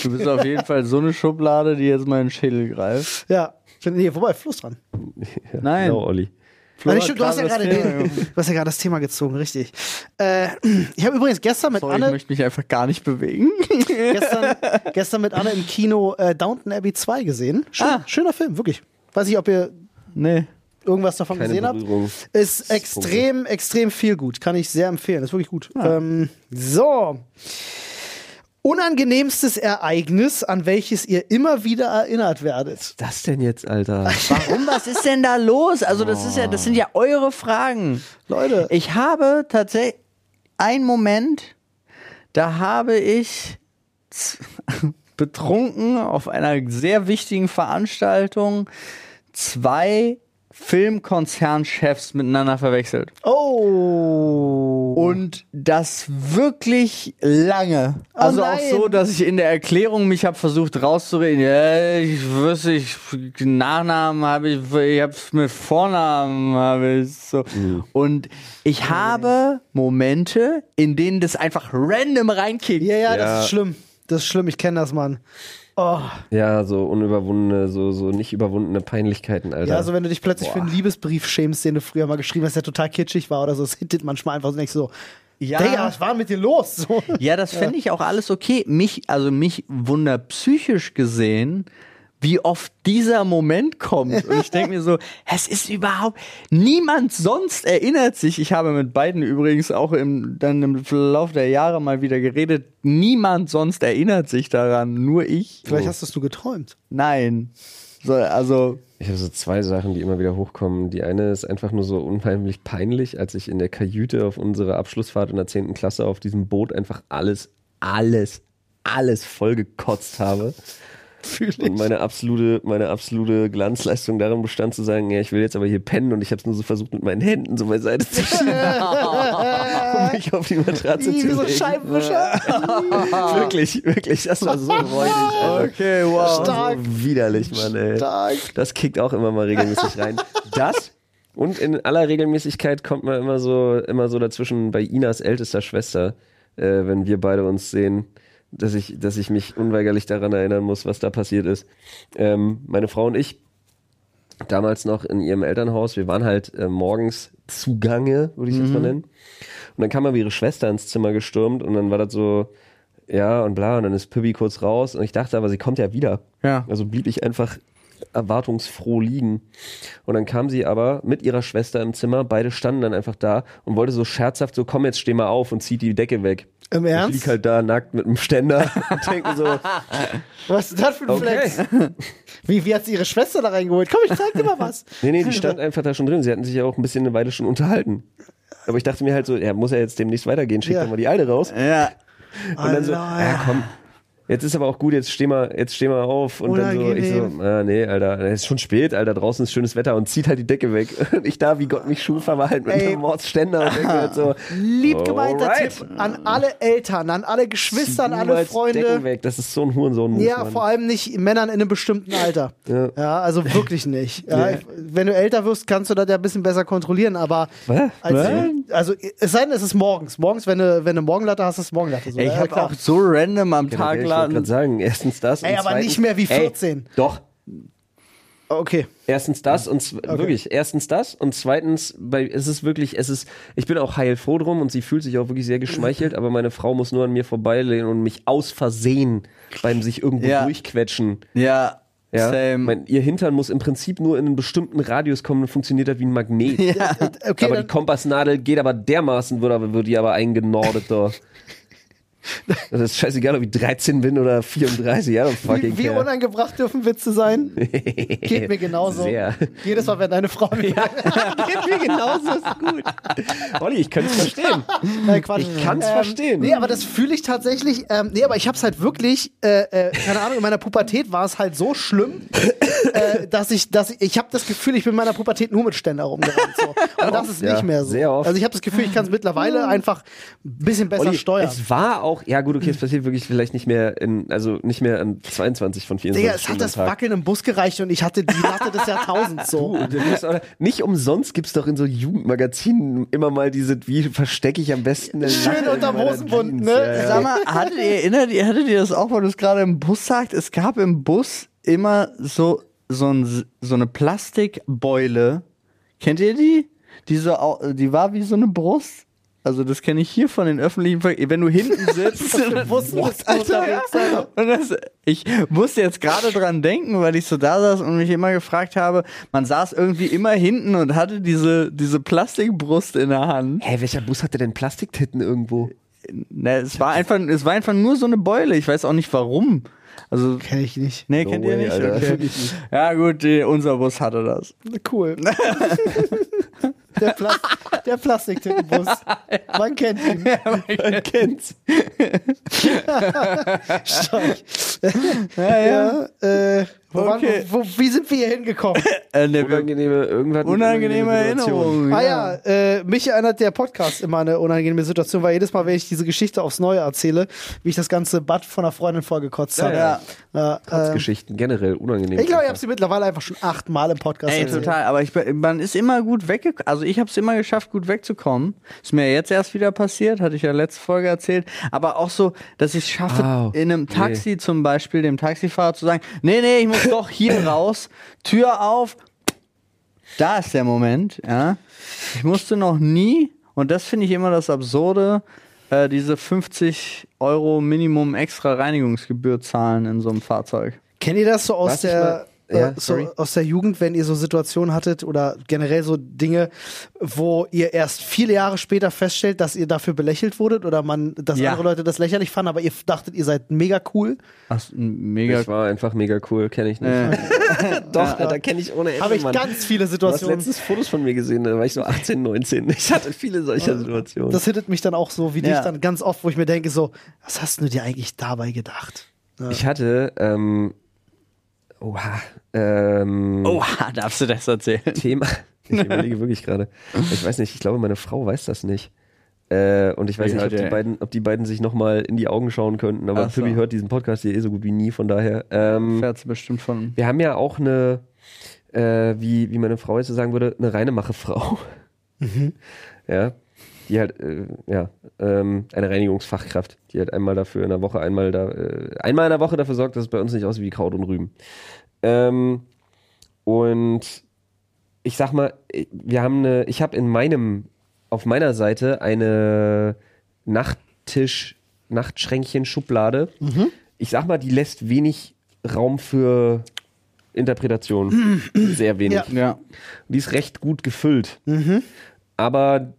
Speaker 5: Du bist auf jeden Fall so eine Schublade, die jetzt mal in den Schädel greift.
Speaker 1: ja, nee, wobei, Fluss dran.
Speaker 5: Nein.
Speaker 2: Genau, Olli.
Speaker 5: Flo
Speaker 1: Nein,
Speaker 5: hat
Speaker 1: stimmt, du, hast ja
Speaker 5: gerade
Speaker 1: gerade
Speaker 5: das
Speaker 1: den,
Speaker 5: Thema-
Speaker 1: du hast ja gerade das Thema gezogen, richtig. Äh, ich habe übrigens gestern mit
Speaker 5: Sorry, ich
Speaker 1: Anne,
Speaker 5: möchte mich einfach gar nicht bewegen.
Speaker 1: gestern, gestern mit Anne im Kino äh, Downton Abbey 2 gesehen. Schön,
Speaker 5: Ah.
Speaker 1: Schöner Film, wirklich. Weiß nicht, ob ihr
Speaker 5: nee.
Speaker 1: irgendwas davon
Speaker 2: Keine
Speaker 1: gesehen
Speaker 2: Berührung.
Speaker 1: habt. Ist extrem, extrem viel gut. Kann ich sehr empfehlen. Ist wirklich gut.
Speaker 5: Ah.
Speaker 1: Ähm, so. Unangenehmstes Ereignis, an welches ihr immer wieder erinnert werdet.
Speaker 2: Das denn jetzt, Alter?
Speaker 5: Warum? Was ist denn da los? Also, das ist ja, das sind ja eure Fragen.
Speaker 1: Leute.
Speaker 5: Ich habe tatsächlich einen Moment, da habe ich z- betrunken auf einer sehr wichtigen Veranstaltung zwei Filmkonzernchefs miteinander verwechselt.
Speaker 1: Oh.
Speaker 5: Und das wirklich lange. also auch
Speaker 1: Oh nein.
Speaker 5: so, dass ich in der Erklärung mich habe versucht rauszureden. Ja, ich wüsste, ich Nachnamen habe ich, ich hab's mit Vornamen habe ich so. Und ich habe Momente, in denen das einfach random reinkickt.
Speaker 1: Ja, ja,
Speaker 2: Ja.
Speaker 1: das ist schlimm. Das ist schlimm, ich kenne das, Mann. Oh.
Speaker 2: Ja, so unüberwundene, so, so nicht überwundene Peinlichkeiten, Alter.
Speaker 1: Ja, also wenn du dich plötzlich für einen Liebesbrief schämst, den du früher mal geschrieben hast, der total kitschig war oder so, das hittet manchmal einfach so nicht so.
Speaker 5: Ja.
Speaker 1: Digga, was war mit dir los? So.
Speaker 5: Ja, das fände ich auch alles okay. Mich, also mich wundert psychisch gesehen, wie oft dieser Moment kommt. Und ich denke mir so, es ist überhaupt, niemand sonst erinnert sich, ich habe mit beiden übrigens auch im, dann im Verlauf der Jahre mal wieder geredet, niemand sonst erinnert sich daran, nur ich.
Speaker 1: Vielleicht hast du es nur geträumt.
Speaker 5: Nein. So, also,
Speaker 2: Ich habe so zwei Sachen, die immer wieder hochkommen. Die eine ist einfach nur so unheimlich peinlich, als ich in der Kajüte auf unserer Abschlussfahrt in der 10. Klasse auf diesem Boot einfach alles, alles, alles vollgekotzt habe. Und meine absolute, meine absolute Glanzleistung darin bestand zu sagen, ja, ich will jetzt aber hier pennen und ich habe es nur so versucht, mit meinen Händen so beiseite zu schieben, um mich auf die Matratze
Speaker 1: Ih,
Speaker 2: zu
Speaker 1: wie Äh, so ein
Speaker 2: legen.
Speaker 1: Scheibenwischer.
Speaker 2: Wirklich, wirklich, das war so räudig. Alter.
Speaker 5: okay, wow.
Speaker 1: Stark.
Speaker 2: So widerlich, Mann, ey.
Speaker 1: Stark.
Speaker 2: Das kickt auch immer mal regelmäßig rein. Das und in aller Regelmäßigkeit kommt man immer so, immer so dazwischen bei Inas ältester Schwester, äh, wenn wir beide uns sehen, dass ich, dass ich mich unweigerlich daran erinnern muss, was da passiert ist. Ähm, meine Frau und ich damals noch in ihrem Elternhaus. Wir waren halt äh, morgens zugange, würde ich es jetzt
Speaker 5: Mhm.
Speaker 2: mal nennen. Und dann kam aber ihre Schwester ins Zimmer gestürmt und dann war das so, ja und bla, und dann ist Pübi kurz raus und ich dachte aber, sie kommt ja wieder.
Speaker 5: Ja.
Speaker 2: Also blieb ich einfach erwartungsfroh liegen. Und dann kam sie aber mit ihrer Schwester im Zimmer, beide standen dann einfach da und wollte so scherzhaft so, komm jetzt steh mal auf und zieh die Decke weg.
Speaker 1: Im Ernst?
Speaker 2: Ich lieg halt da nackt mit einem Ständer und denke so,
Speaker 1: Was ist das für ein
Speaker 2: okay.
Speaker 1: Flex? Wie, wie hat sie ihre Schwester da reingeholt? Komm, ich zeig dir mal was.
Speaker 2: Nee, nee, die stand einfach da schon drin. Sie hatten sich ja auch ein bisschen eine Weile schon unterhalten. Aber ich dachte mir halt so, ja, muss ja jetzt demnächst weitergehen, schick
Speaker 1: Ja. Ah,
Speaker 2: doch mal die Alte raus.
Speaker 5: Ja.
Speaker 2: Und dann so,
Speaker 1: Allah.
Speaker 2: ja komm, jetzt ist aber auch gut, jetzt steh mal, jetzt steh mal auf. Und dann so, ich
Speaker 1: Unangenehm.
Speaker 2: so, ah, nee, Alter, es ist schon spät, Alter, draußen ist schönes Wetter und zieht halt die Decke weg. Und ich da, wie Gott mich schuf, aber halt mit einem Mordsständer und denke halt so,
Speaker 1: Lieb gemeinter
Speaker 2: Alright.
Speaker 1: Tipp an alle Eltern, an alle Geschwister, an alle
Speaker 2: niemals
Speaker 1: Freunde.
Speaker 2: Decken weg. Das ist so ein Hurensohn.
Speaker 1: Ja, vor allem nicht Männern in einem bestimmten Alter. Ja, also wirklich nicht. Ja, ich, wenn du älter wirst, kannst du das ja ein bisschen besser kontrollieren, aber
Speaker 2: Was?
Speaker 1: als,
Speaker 2: Was?
Speaker 1: also es sei denn, es ist morgens. Morgens, wenn du, wenn du Morgenlatte hast, ist Morgenlatte so.
Speaker 5: Ey, ich
Speaker 1: ja,
Speaker 5: habe auch so random am Tag
Speaker 2: Genau, Ich wollte gerade
Speaker 5: laden.
Speaker 2: sagen, erstens das
Speaker 1: Ey,
Speaker 2: und
Speaker 1: aber
Speaker 2: zweitens,
Speaker 1: nicht mehr wie
Speaker 2: Ey,
Speaker 1: 14.
Speaker 2: doch,
Speaker 1: Okay.
Speaker 2: Erstens das und zw- wirklich, erstens das und zweitens, bei, es ist wirklich, es ist, ich bin auch heilfroh drum und sie fühlt sich auch wirklich sehr geschmeichelt, aber meine Frau muss nur an mir vorbeilehnen und mich aus Versehen beim sich irgendwo
Speaker 5: Ja.
Speaker 2: durchquetschen.
Speaker 5: Ja,
Speaker 2: Ja?
Speaker 5: same.
Speaker 2: Mein, ihr Hintern muss im Prinzip nur in einen bestimmten Radius kommen und funktioniert das wie ein Magnet.
Speaker 1: Äh, Okay,
Speaker 2: aber
Speaker 1: dann,
Speaker 2: die Kompassnadel geht aber dermaßen, wird, aber, wird die aber eingenordet da. Das ist scheißegal, ob ich 13 bin oder 34, ja, fucking
Speaker 1: wie, wie
Speaker 2: care.
Speaker 1: unangebracht dürfen Witze sein? Geht mir genauso.
Speaker 2: Sehr.
Speaker 1: Jedes Mal, wenn deine Frau mir geht mir genauso, ist gut.
Speaker 2: Olli, ich könnte es verstehen.
Speaker 1: Nein, Quatsch.
Speaker 2: Hm,
Speaker 1: Ähm,
Speaker 2: Ich kann's verstehen.
Speaker 1: Nee, aber das fühle ich tatsächlich. Ähm, nee, aber ich hab's halt wirklich, äh, äh, keine Ahnung, in meiner Pubertät war es halt so schlimm, äh, dass ich, dass ich, ich habe das Gefühl, ich bin in meiner Pubertät nur mit Ständer rumgerannt. So. Aber das ist
Speaker 2: Ja,
Speaker 1: nicht mehr so.
Speaker 2: sehr oft.
Speaker 1: Also ich habe das Gefühl, ich kann es mittlerweile einfach ein bisschen besser
Speaker 2: Olli,
Speaker 1: steuern.
Speaker 2: Es war auch, ja gut, okay, es passiert wirklich vielleicht nicht mehr in, also nicht mehr an 22 von 24
Speaker 1: Digga, es
Speaker 2: Stunden
Speaker 1: hat das
Speaker 2: am Tag.
Speaker 1: Wackeln im Bus gereicht und ich hatte die Latte des Jahrtausends so.
Speaker 2: Und du musst auch- Nicht umsonst gibt es doch in so Jugendmagazinen immer mal diese, wie verstecke ich am besten eine
Speaker 1: Schön
Speaker 2: Latte
Speaker 1: unterm
Speaker 2: in meiner
Speaker 1: Hosenbund,
Speaker 2: Jeans,
Speaker 1: ne?
Speaker 2: Ja, ja.
Speaker 5: Sag mal, hattet ihr, erinnert, ihr hattet ihr das auch, weil du es gerade im Bus sagt? Es gab im Bus immer so, so, ein, so eine Plastikbeule. Kennt ihr die? Die, so, au- die war wie so eine Brust. Also das kenne ich hier von den öffentlichen Ver Wenn du hinten sitzt,
Speaker 1: Bussen bist du unterwegs, Alter.
Speaker 5: Und das, ich musste jetzt gerade dran denken, weil ich so da saß und mich immer gefragt habe, man saß irgendwie immer hinten und hatte diese, diese Plastikbrust in der Hand.
Speaker 2: Hä, welcher Bus hatte denn Plastiktitten irgendwo?
Speaker 5: Ne, es, war einfach, es war einfach nur so eine Beule. Ich weiß auch nicht warum. Also,
Speaker 1: Kenn ich nicht.
Speaker 5: nee,
Speaker 2: No
Speaker 5: kennt ihr
Speaker 2: way,
Speaker 5: nicht?
Speaker 2: Alter.
Speaker 5: Okay. Ja, gut, die, unser Bus hatte das.
Speaker 1: Cool. der Plas der Plastiktittenbus. Man kennt ihn.
Speaker 2: Man kennt's.
Speaker 1: Stark.
Speaker 5: Ja, ja.
Speaker 1: Ja, äh, wo waren,
Speaker 5: Okay.
Speaker 1: wo, wie sind wir hier hingekommen?
Speaker 5: Äh, ne, wir-
Speaker 2: Unangenehme, irgendwann
Speaker 5: unangenehme Erinnerung.
Speaker 1: ah ja, äh, mich erinnert der Podcast immer an eine unangenehme Situation, weil jedes Mal, wenn ich diese Geschichte aufs Neue erzähle, wie ich das ganze Bad von einer Freundin vorgekotzt habe.
Speaker 5: ja.
Speaker 1: Ja, äh,
Speaker 2: Geschichten generell unangenehm.
Speaker 1: ich glaube, ich habe sie mittlerweile einfach schon achtmal im Podcast
Speaker 5: Ey,
Speaker 1: erzählt.
Speaker 5: total. Aber ich, bin- man ist immer gut weggekommen. Also ich habe es immer geschafft, gut wegzukommen. Ist mir jetzt erst wieder passiert, hatte ich ja letzte Folge erzählt. Aber auch so, dass ich es schaffe,
Speaker 2: Au,
Speaker 5: in einem Taxi zum Beispiel dem Taxifahrer zu sagen, nee, nee, ich muss doch hier raus, Tür auf. Da ist der Moment. Ja. Ich musste noch nie, und das finde ich immer das Absurde, äh, diese 50 Euro Minimum extra Reinigungsgebühr zahlen in so einem Fahrzeug.
Speaker 1: Kennt ihr das so aus
Speaker 2: Was ich
Speaker 1: der
Speaker 2: mal- ja,
Speaker 1: äh,
Speaker 2: sorry.
Speaker 1: so aus der Jugend, wenn ihr so Situationen hattet oder generell so Dinge, wo ihr erst viele Jahre später feststellt, dass ihr dafür belächelt wurdet oder man, dass
Speaker 5: Ja.
Speaker 1: andere Leute das lächerlich fanden, aber ihr dachtet, ihr seid mega cool.
Speaker 5: Ach, mega
Speaker 2: Ich war einfach mega cool, kenne ich nicht. Doch, da kenne ich ohne Ende.
Speaker 1: Habe ich
Speaker 2: Mann.
Speaker 1: ganz viele
Speaker 2: Du hast
Speaker 1: Situationen.
Speaker 2: letztens Fotos von mir gesehen, da war ich so 18, 19. Ich hatte viele solcher Situationen.
Speaker 1: Das hittet mich dann auch so wie
Speaker 5: Ja.
Speaker 1: dich dann ganz oft, wo ich mir denke so, was hast du dir eigentlich dabei gedacht?
Speaker 2: Ich hatte, ähm, oha, ähm,
Speaker 5: Oha, darfst du das erzählen?
Speaker 2: Thema. Ich überlege wirklich gerade. Ich weiß nicht, ich glaube, meine Frau weiß das nicht. Äh, und ich weiß
Speaker 5: Ich
Speaker 2: nicht, ob
Speaker 5: heute,
Speaker 2: die,
Speaker 5: ey.
Speaker 2: beiden, ob die beiden sich nochmal in die Augen schauen könnten, aber
Speaker 5: Ach so.
Speaker 2: Pippi hört diesen Podcast hier eh so gut wie nie, von daher. Ähm,
Speaker 5: Fährt sie bestimmt von.
Speaker 2: wir haben ja auch eine, äh, wie, wie meine Frau jetzt so sagen würde, eine reine Mache-Frau. Ja. Die halt, äh, ja, ähm, eine Reinigungsfachkraft, die halt einmal dafür in der Woche, einmal da, äh, einmal in der Woche dafür sorgt, dass es bei uns nicht aussieht wie Kraut und Rüben. Ähm, und ich sag mal, ich- wir haben eine, ich habe in meinem, auf meiner Seite eine Nachttisch, Nachtschränkchen, Schublade. Ich sag mal, die lässt wenig Raum für Interpretation. Sehr wenig.
Speaker 1: Ja.
Speaker 5: Ja.
Speaker 2: Die ist recht gut gefüllt. Aber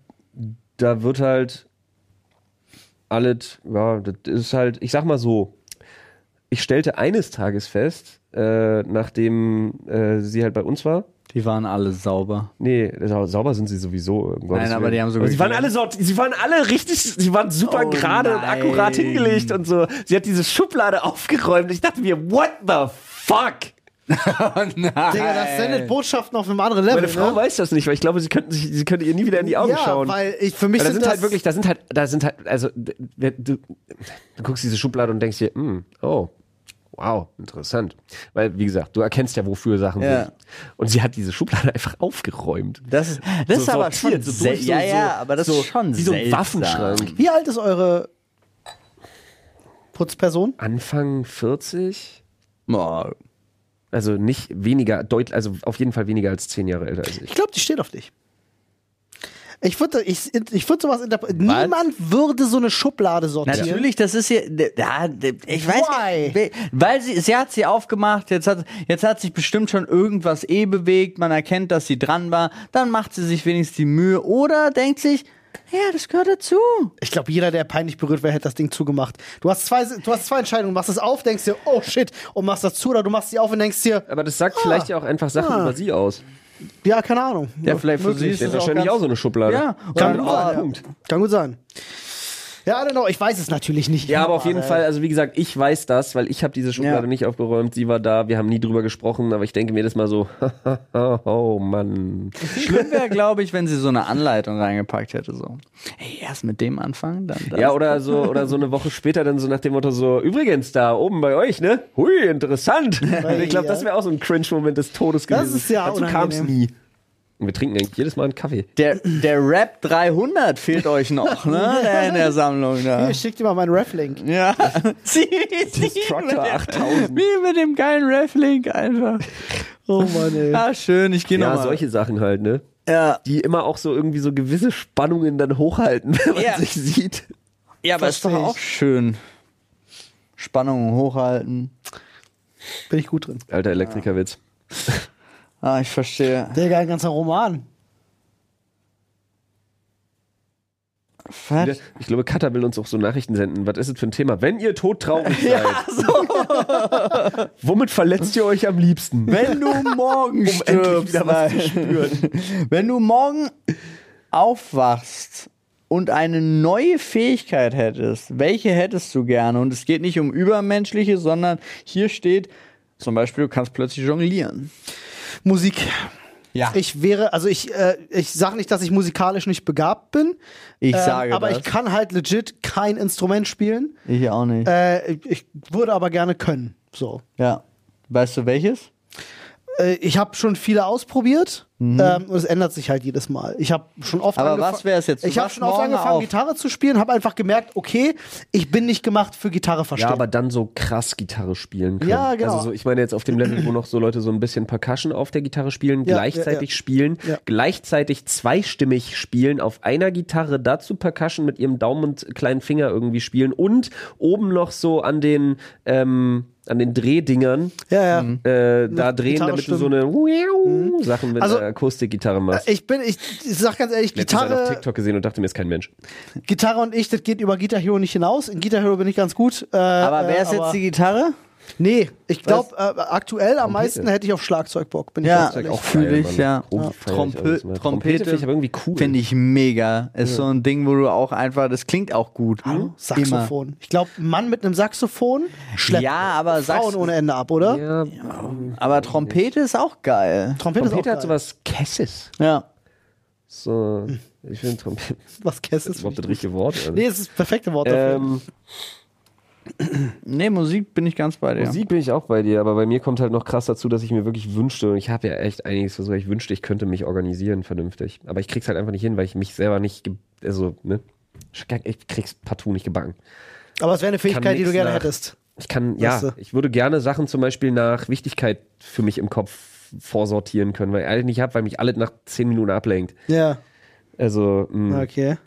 Speaker 2: da wird halt alles, ja, das ist halt, ich sag mal so, ich stellte eines Tages fest, äh, nachdem äh, sie halt bei uns war,
Speaker 5: Die waren alle sauber.
Speaker 2: Nee, sau- sauber sind sie sowieso. um Gottes
Speaker 5: Nein, aber
Speaker 2: Willen.
Speaker 5: die haben sogar
Speaker 2: Sie waren alle so, sie waren alle richtig, sie waren super
Speaker 5: Oh
Speaker 2: gerade und
Speaker 5: nein.
Speaker 2: akkurat hingelegt und so. Sie hat diese Schublade aufgeräumt. Ich dachte mir, what the fuck?
Speaker 1: Digga, das sendet Botschaften auf einem anderen Level.
Speaker 2: Meine Frau
Speaker 1: ne?
Speaker 2: weiß das nicht, weil ich glaube, sie könnten sich, sie könnte ihr nie wieder in die Augen
Speaker 1: ja,
Speaker 2: schauen.
Speaker 1: weil ich, für mich
Speaker 2: Weil
Speaker 1: sind,
Speaker 2: da sind
Speaker 1: das
Speaker 2: halt wirklich, da sind halt, da sind halt, also d- wer- du, du guckst diese Schublade und denkst dir, hm, oh, wow, interessant. Weil, wie gesagt, du erkennst ja, wofür Sachen
Speaker 3: Ja.
Speaker 2: sind. Und sie hat diese Schublade einfach aufgeräumt.
Speaker 3: Das ist, das ist
Speaker 2: so
Speaker 3: aber schon
Speaker 2: sortiert, so
Speaker 3: sel-
Speaker 2: durch, so-
Speaker 3: ja,
Speaker 2: so-
Speaker 3: ja, aber das
Speaker 2: so,
Speaker 3: ist schon
Speaker 2: Wie so ein
Speaker 3: seltsam.
Speaker 2: Waffenschrank.
Speaker 1: Wie alt ist eure Putzperson?
Speaker 2: Anfang 40.
Speaker 3: Oh,
Speaker 2: Also nicht weniger, deut, also auf jeden Fall weniger als zehn Jahre älter als ich.
Speaker 1: Ich glaube, die steht auf dich. Ich würde ich, ich würd sowas interpretieren. Niemand würde so eine Schublade sortieren.
Speaker 3: Natürlich, das ist hier. d- Ja, d- ich weiß
Speaker 1: Why?
Speaker 3: nicht. Weil sie, sie hat sie aufgemacht, jetzt hat, jetzt hat sich bestimmt schon irgendwas eh bewegt, man erkennt, dass sie dran war, dann macht sie sich wenigstens die Mühe oder denkt sich, ja, das gehört dazu.
Speaker 1: Ich glaube, jeder, der peinlich berührt wäre, hätte das Ding zugemacht. Du hast zwei, du hast zwei Entscheidungen. Du machst es auf, denkst dir, oh shit, und machst das zu, oder du machst sie auf und denkst dir,
Speaker 2: Aber das
Speaker 3: Ah.
Speaker 2: sagt vielleicht ja auch einfach Sachen über sie aus.
Speaker 1: ja, keine Ahnung.
Speaker 5: Ja, vielleicht für sie ist
Speaker 2: Der hat
Speaker 5: es auch
Speaker 2: wahrscheinlich
Speaker 5: ganz-
Speaker 2: auch so eine Schublade.
Speaker 3: Ja,
Speaker 2: Dann,
Speaker 1: gut
Speaker 2: oh,
Speaker 1: sein, ja.
Speaker 2: Punkt.
Speaker 1: Kann gut sein. Ja, I don't know, ich weiß es natürlich nicht.
Speaker 2: Ja, aber auf jeden Fall, also wie gesagt, ich weiß das, weil ich habe diese Schublade
Speaker 5: Ja.
Speaker 2: nicht aufgeräumt, sie war da, wir haben nie drüber gesprochen, aber ich denke mir das mal so, oh Mann.
Speaker 5: Schlimm wäre, glaube ich, wenn sie so eine Anleitung reingepackt hätte. So, hey, erst mit dem anfangen, dann das.
Speaker 2: Ja, oder so, oder so eine Woche später dann so nach dem Motto so, übrigens da oben bei euch, ne? Hui, interessant. Also ich glaube, das wäre auch so ein Cringe-Moment des Todes
Speaker 1: Das
Speaker 2: gewesen.
Speaker 1: ist ja
Speaker 2: Dazu kam es
Speaker 1: unangenehm.
Speaker 2: nie. Und wir trinken eigentlich jedes Mal einen Kaffee.
Speaker 5: Der, der Rap 300 fehlt euch noch, ne? Der in der Sammlung da.
Speaker 1: Hier, ich schick dir mal meinen Reflink.
Speaker 5: Ja. Sie,
Speaker 2: Destructor 8000.
Speaker 5: Wie mit dem geilen Rafflink einfach.
Speaker 1: Oh Mann, ey.
Speaker 5: Ah, schön, ich gehe
Speaker 2: Ja,
Speaker 5: nochmal.
Speaker 2: solche Sachen halt, ne?
Speaker 5: ja.
Speaker 2: Die immer auch so irgendwie so gewisse Spannungen dann hochhalten, wenn man
Speaker 5: Ja.
Speaker 2: sich sieht.
Speaker 5: ja, aber ist doch
Speaker 1: Versteh ich.
Speaker 5: auch schön. Spannungen hochhalten.
Speaker 1: Bin ich gut drin.
Speaker 2: Alter Elektrikerwitz.
Speaker 5: Ah, ich verstehe.
Speaker 1: Digga, ein ganzer Roman.
Speaker 5: Was?
Speaker 2: Ne? Ich glaube, Cutter will uns auch so Nachrichten senden. Was ist das für ein Thema? Wenn ihr todtraurig seid, womit verletzt ihr euch am liebsten?
Speaker 5: Wenn du
Speaker 2: Um
Speaker 5: morgen stirbst, nein. wenn du morgen aufwachst und eine neue Fähigkeit hättest, welche hättest du gerne? Und es geht nicht um übermenschliche, sondern hier steht zum Beispiel, du kannst plötzlich jonglieren.
Speaker 1: Musik.
Speaker 5: Ja. Ich,
Speaker 1: Ich wäre, also ich, äh, ich sage nicht, dass ich musikalisch nicht begabt bin.
Speaker 5: ich
Speaker 1: ähm,
Speaker 5: sage
Speaker 1: Aber
Speaker 5: das.
Speaker 1: ich kann halt legit kein Instrument spielen.
Speaker 5: ich auch nicht.
Speaker 1: Äh, ich- ich würde aber gerne können. So.
Speaker 5: ja. Weißt du welches?
Speaker 1: Äh, ich habe schon viele ausprobiert ähm, und es ändert sich halt jedes Mal. Ich habe schon oft
Speaker 5: Mhm. Aber
Speaker 1: angefa-
Speaker 5: was wär's jetzt? Du
Speaker 1: Ich habe
Speaker 5: wachst
Speaker 1: schon oft
Speaker 5: morgen
Speaker 1: angefangen,
Speaker 5: auf.
Speaker 1: Gitarre zu spielen, habe einfach gemerkt, okay, ich bin nicht gemacht für Gitarre
Speaker 2: Ja,
Speaker 1: verstehen.
Speaker 2: aber dann so krass Gitarre spielen können.
Speaker 1: Ja, genau.
Speaker 2: Also so, ich meine jetzt auf dem Level, wo noch so Leute so ein bisschen Percussion auf der Gitarre spielen,
Speaker 1: Ja,
Speaker 2: gleichzeitig
Speaker 1: ja, ja.
Speaker 2: spielen,
Speaker 1: Ja.
Speaker 2: gleichzeitig zweistimmig spielen, auf einer Gitarre dazu Percussion mit ihrem Daumen und kleinen Finger irgendwie spielen und oben noch so an den ähm, an den Drehdingern
Speaker 1: ja, ja.
Speaker 5: Mhm.
Speaker 2: äh, da drehen,
Speaker 1: Gitarre
Speaker 2: damit du
Speaker 1: stimmen.
Speaker 2: so eine Sachen mit
Speaker 1: Also-
Speaker 2: der Akustikgitarre machst.
Speaker 1: Ich bin, ich, ich sag ganz ehrlich,
Speaker 2: Letztens einen auf
Speaker 1: Gitarre,
Speaker 2: TikTok gesehen und dachte mir, ist kein Mensch.
Speaker 1: Gitarre und ich, das geht über Guitar Hero nicht hinaus. In Guitar Hero bin ich ganz gut. Äh,
Speaker 5: Aber wer ist
Speaker 1: äh,
Speaker 5: jetzt die Gitarre?
Speaker 1: Nee, ich glaube, äh, aktuell am meisten hätte ich auf Schlagzeug Bock. Bin ich
Speaker 5: Ja.
Speaker 1: ganz ehrlich.
Speaker 5: Auch fühle ich,
Speaker 2: Mann.
Speaker 5: ja.
Speaker 2: Profi
Speaker 5: Ja.
Speaker 2: feier ich
Speaker 5: Trompe-
Speaker 2: alles mal.
Speaker 5: Trompete
Speaker 2: finde ich aber irgendwie cool.
Speaker 5: Finde ich mega. Ist so ein Ding, wo du auch einfach, das klingt auch gut. Hallo?
Speaker 1: Saxophon. Ich glaube, ein Mann mit einem Saxophon schleppt
Speaker 5: Ja, aber
Speaker 1: Frauen
Speaker 5: Sax-
Speaker 1: ohne Ende ab, oder?
Speaker 2: Ja,
Speaker 5: Aber Trompete ist auch geil.
Speaker 1: Trompete,
Speaker 2: Trompete
Speaker 1: ist
Speaker 2: hat
Speaker 1: auch geil.
Speaker 2: sowas Kesses.
Speaker 5: Ja.
Speaker 2: So, ich finde Trompete ist
Speaker 1: was Kesses.
Speaker 2: überhaupt das richtige Wort. Also.
Speaker 1: Nee, es ist das perfekte Wort dafür.
Speaker 2: ähm,
Speaker 5: Nee, Musik bin ich ganz bei dir.
Speaker 2: Musik bin ich auch bei dir, aber bei mir kommt halt noch krass dazu, dass ich mir wirklich wünschte, und ich habe ja echt einiges versucht, ich wünschte, ich könnte mich organisieren vernünftig. Aber ich krieg's halt einfach nicht hin, weil ich mich selber nicht, ge- also, ne, ich krieg's partout nicht gebacken.
Speaker 1: Aber es wäre eine Fähigkeit, die
Speaker 2: nix
Speaker 1: du gerne
Speaker 2: nach-
Speaker 1: hättest.
Speaker 2: Ich kann,
Speaker 1: Weißt du?
Speaker 2: ja, ich würde gerne Sachen zum Beispiel nach Wichtigkeit für mich im Kopf vorsortieren können, weil ich alles nicht habe, weil mich alles nach 10 Minuten ablenkt.
Speaker 1: Ja,
Speaker 2: Also, mh,
Speaker 1: okay.
Speaker 2: mm,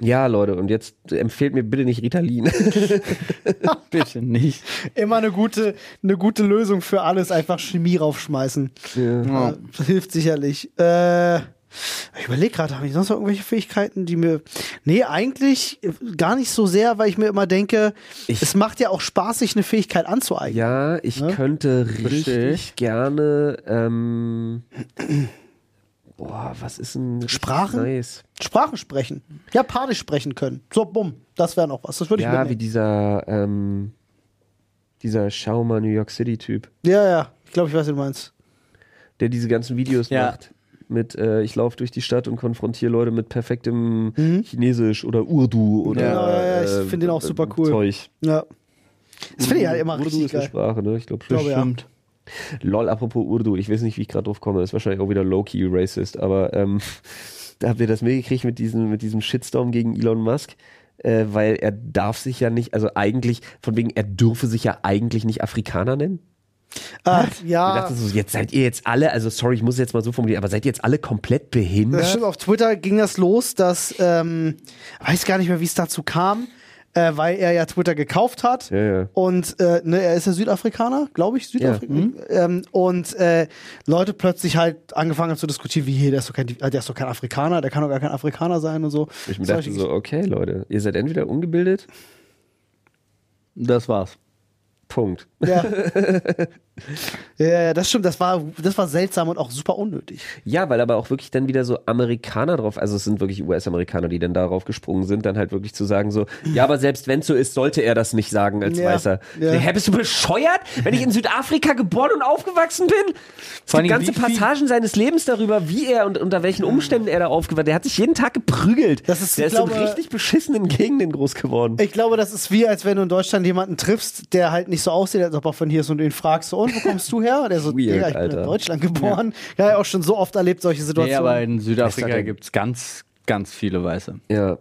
Speaker 2: Ja, Leute, und jetzt empfehlt mir bitte nicht Ritalin.
Speaker 5: Bitte nicht.
Speaker 1: Immer eine gute, eine gute Lösung für alles, einfach Chemie raufschmeißen. Äh, das hilft sicherlich. Äh, ich überlege gerade, habe ich sonst noch irgendwelche Fähigkeiten, die mir. Nee, eigentlich äh, gar nicht so sehr, weil ich mir immer denke,
Speaker 2: Ich-
Speaker 1: es macht ja auch Spaß, sich eine Fähigkeit anzueignen.
Speaker 2: Ja, ich könnte
Speaker 5: Versteh
Speaker 2: richtig gerne. Ähm, boah, was ist ein. richtig
Speaker 1: Sprachen?
Speaker 2: Nice?
Speaker 1: Sprachen sprechen. Japanisch sprechen können. So, bumm. Das wäre noch was. Das würde ich
Speaker 2: Ja, wie
Speaker 1: mitnehmen.
Speaker 2: dieser. Ähm, dieser Schauma New York City-Typ,
Speaker 1: Ja, ja. Ich glaube, ich weiß, was du meinst.
Speaker 2: der diese ganzen Videos
Speaker 5: Ja.
Speaker 2: macht. Mit, äh, ich laufe durch die Stadt und konfrontiere Leute mit perfektem Chinesisch oder Urdu oder.
Speaker 1: Mhm. Ja, ja, ja, ich
Speaker 2: äh,
Speaker 1: finde den auch
Speaker 2: äh,
Speaker 1: super cool.
Speaker 2: Zeug.
Speaker 1: Ja. Das finde ich halt immer
Speaker 2: Urdu
Speaker 1: richtig
Speaker 2: ist eine
Speaker 1: geil.
Speaker 2: Sprache, ne? Ich glaube
Speaker 1: Ich glaube, ja.
Speaker 2: Lol, apropos Urdu, ich weiß nicht, wie ich gerade drauf komme, ist wahrscheinlich auch wieder low-key racist, aber ähm, da habt ihr das mitgekriegt mit diesem, mit diesem Shitstorm gegen Elon Musk? Äh, weil er darf sich ja nicht, also eigentlich, von wegen, er dürfe sich ja eigentlich nicht Afrikaner nennen.
Speaker 1: Ah,
Speaker 2: Ich
Speaker 1: ja.
Speaker 2: dachte so, jetzt seid ihr jetzt alle, also sorry, ich muss es jetzt mal so formulieren, aber seid ihr jetzt alle komplett behindert?
Speaker 1: Das stimmt, auf Twitter ging das los, dass, ähm, weiß gar nicht mehr, wie es dazu kam, äh, weil er ja Twitter gekauft hat.
Speaker 2: Ja, ja.
Speaker 1: Und äh, ne, er ist ja Südafrikaner, glaube ich, Südafrika.
Speaker 2: Mhm.
Speaker 1: Ähm, und äh, Leute plötzlich halt angefangen haben zu diskutieren, wie hier, der ist, doch kein, der ist doch kein Afrikaner, der kann doch gar kein Afrikaner sein und so.
Speaker 2: Ich
Speaker 1: Solche
Speaker 2: mir dachte
Speaker 1: Geschichten.
Speaker 2: so, okay, Leute, ihr seid entweder ungebildet,
Speaker 5: Das war's.
Speaker 2: Punkt.
Speaker 1: Ja. ja, ja, das stimmt, das war, das war seltsam und auch super unnötig.
Speaker 2: Ja, weil aber auch wirklich dann wieder so Amerikaner drauf, also es sind wirklich US-Amerikaner, die dann darauf gesprungen sind, dann halt wirklich zu sagen so, ja, aber selbst wenn so ist, sollte er das nicht sagen als
Speaker 1: Ja,
Speaker 2: Weißer.
Speaker 1: ja.
Speaker 2: Hä, bist du bescheuert? Wenn ich in Südafrika geboren und aufgewachsen bin? Es gibt
Speaker 5: allen
Speaker 2: ganze
Speaker 5: Dingen, wie viel-
Speaker 2: Passagen seines Lebens darüber, wie er und unter welchen Umständen er da aufgewachsen Der hat sich jeden Tag geprügelt.
Speaker 1: Das ist,
Speaker 2: der
Speaker 1: ich
Speaker 2: ist in
Speaker 1: glaube-
Speaker 2: richtig beschissenen Gegenden groß geworden.
Speaker 1: Ich glaube, das ist wie, als wenn du in Deutschland jemanden triffst, der halt nicht so aussieht, als ob er von hier ist und du ihn fragst, so, und wo kommst du her? Und er so,
Speaker 2: Weird,
Speaker 1: Digga, ich bin
Speaker 2: Alter.
Speaker 1: in Deutschland geboren. Ja, ja auch schon so oft erlebt solche
Speaker 5: Nee,
Speaker 1: Situationen.
Speaker 5: aber in
Speaker 2: Ist
Speaker 5: Südafrika
Speaker 2: das-
Speaker 5: gibt's ganz, ganz viele Weiße.
Speaker 2: Ja.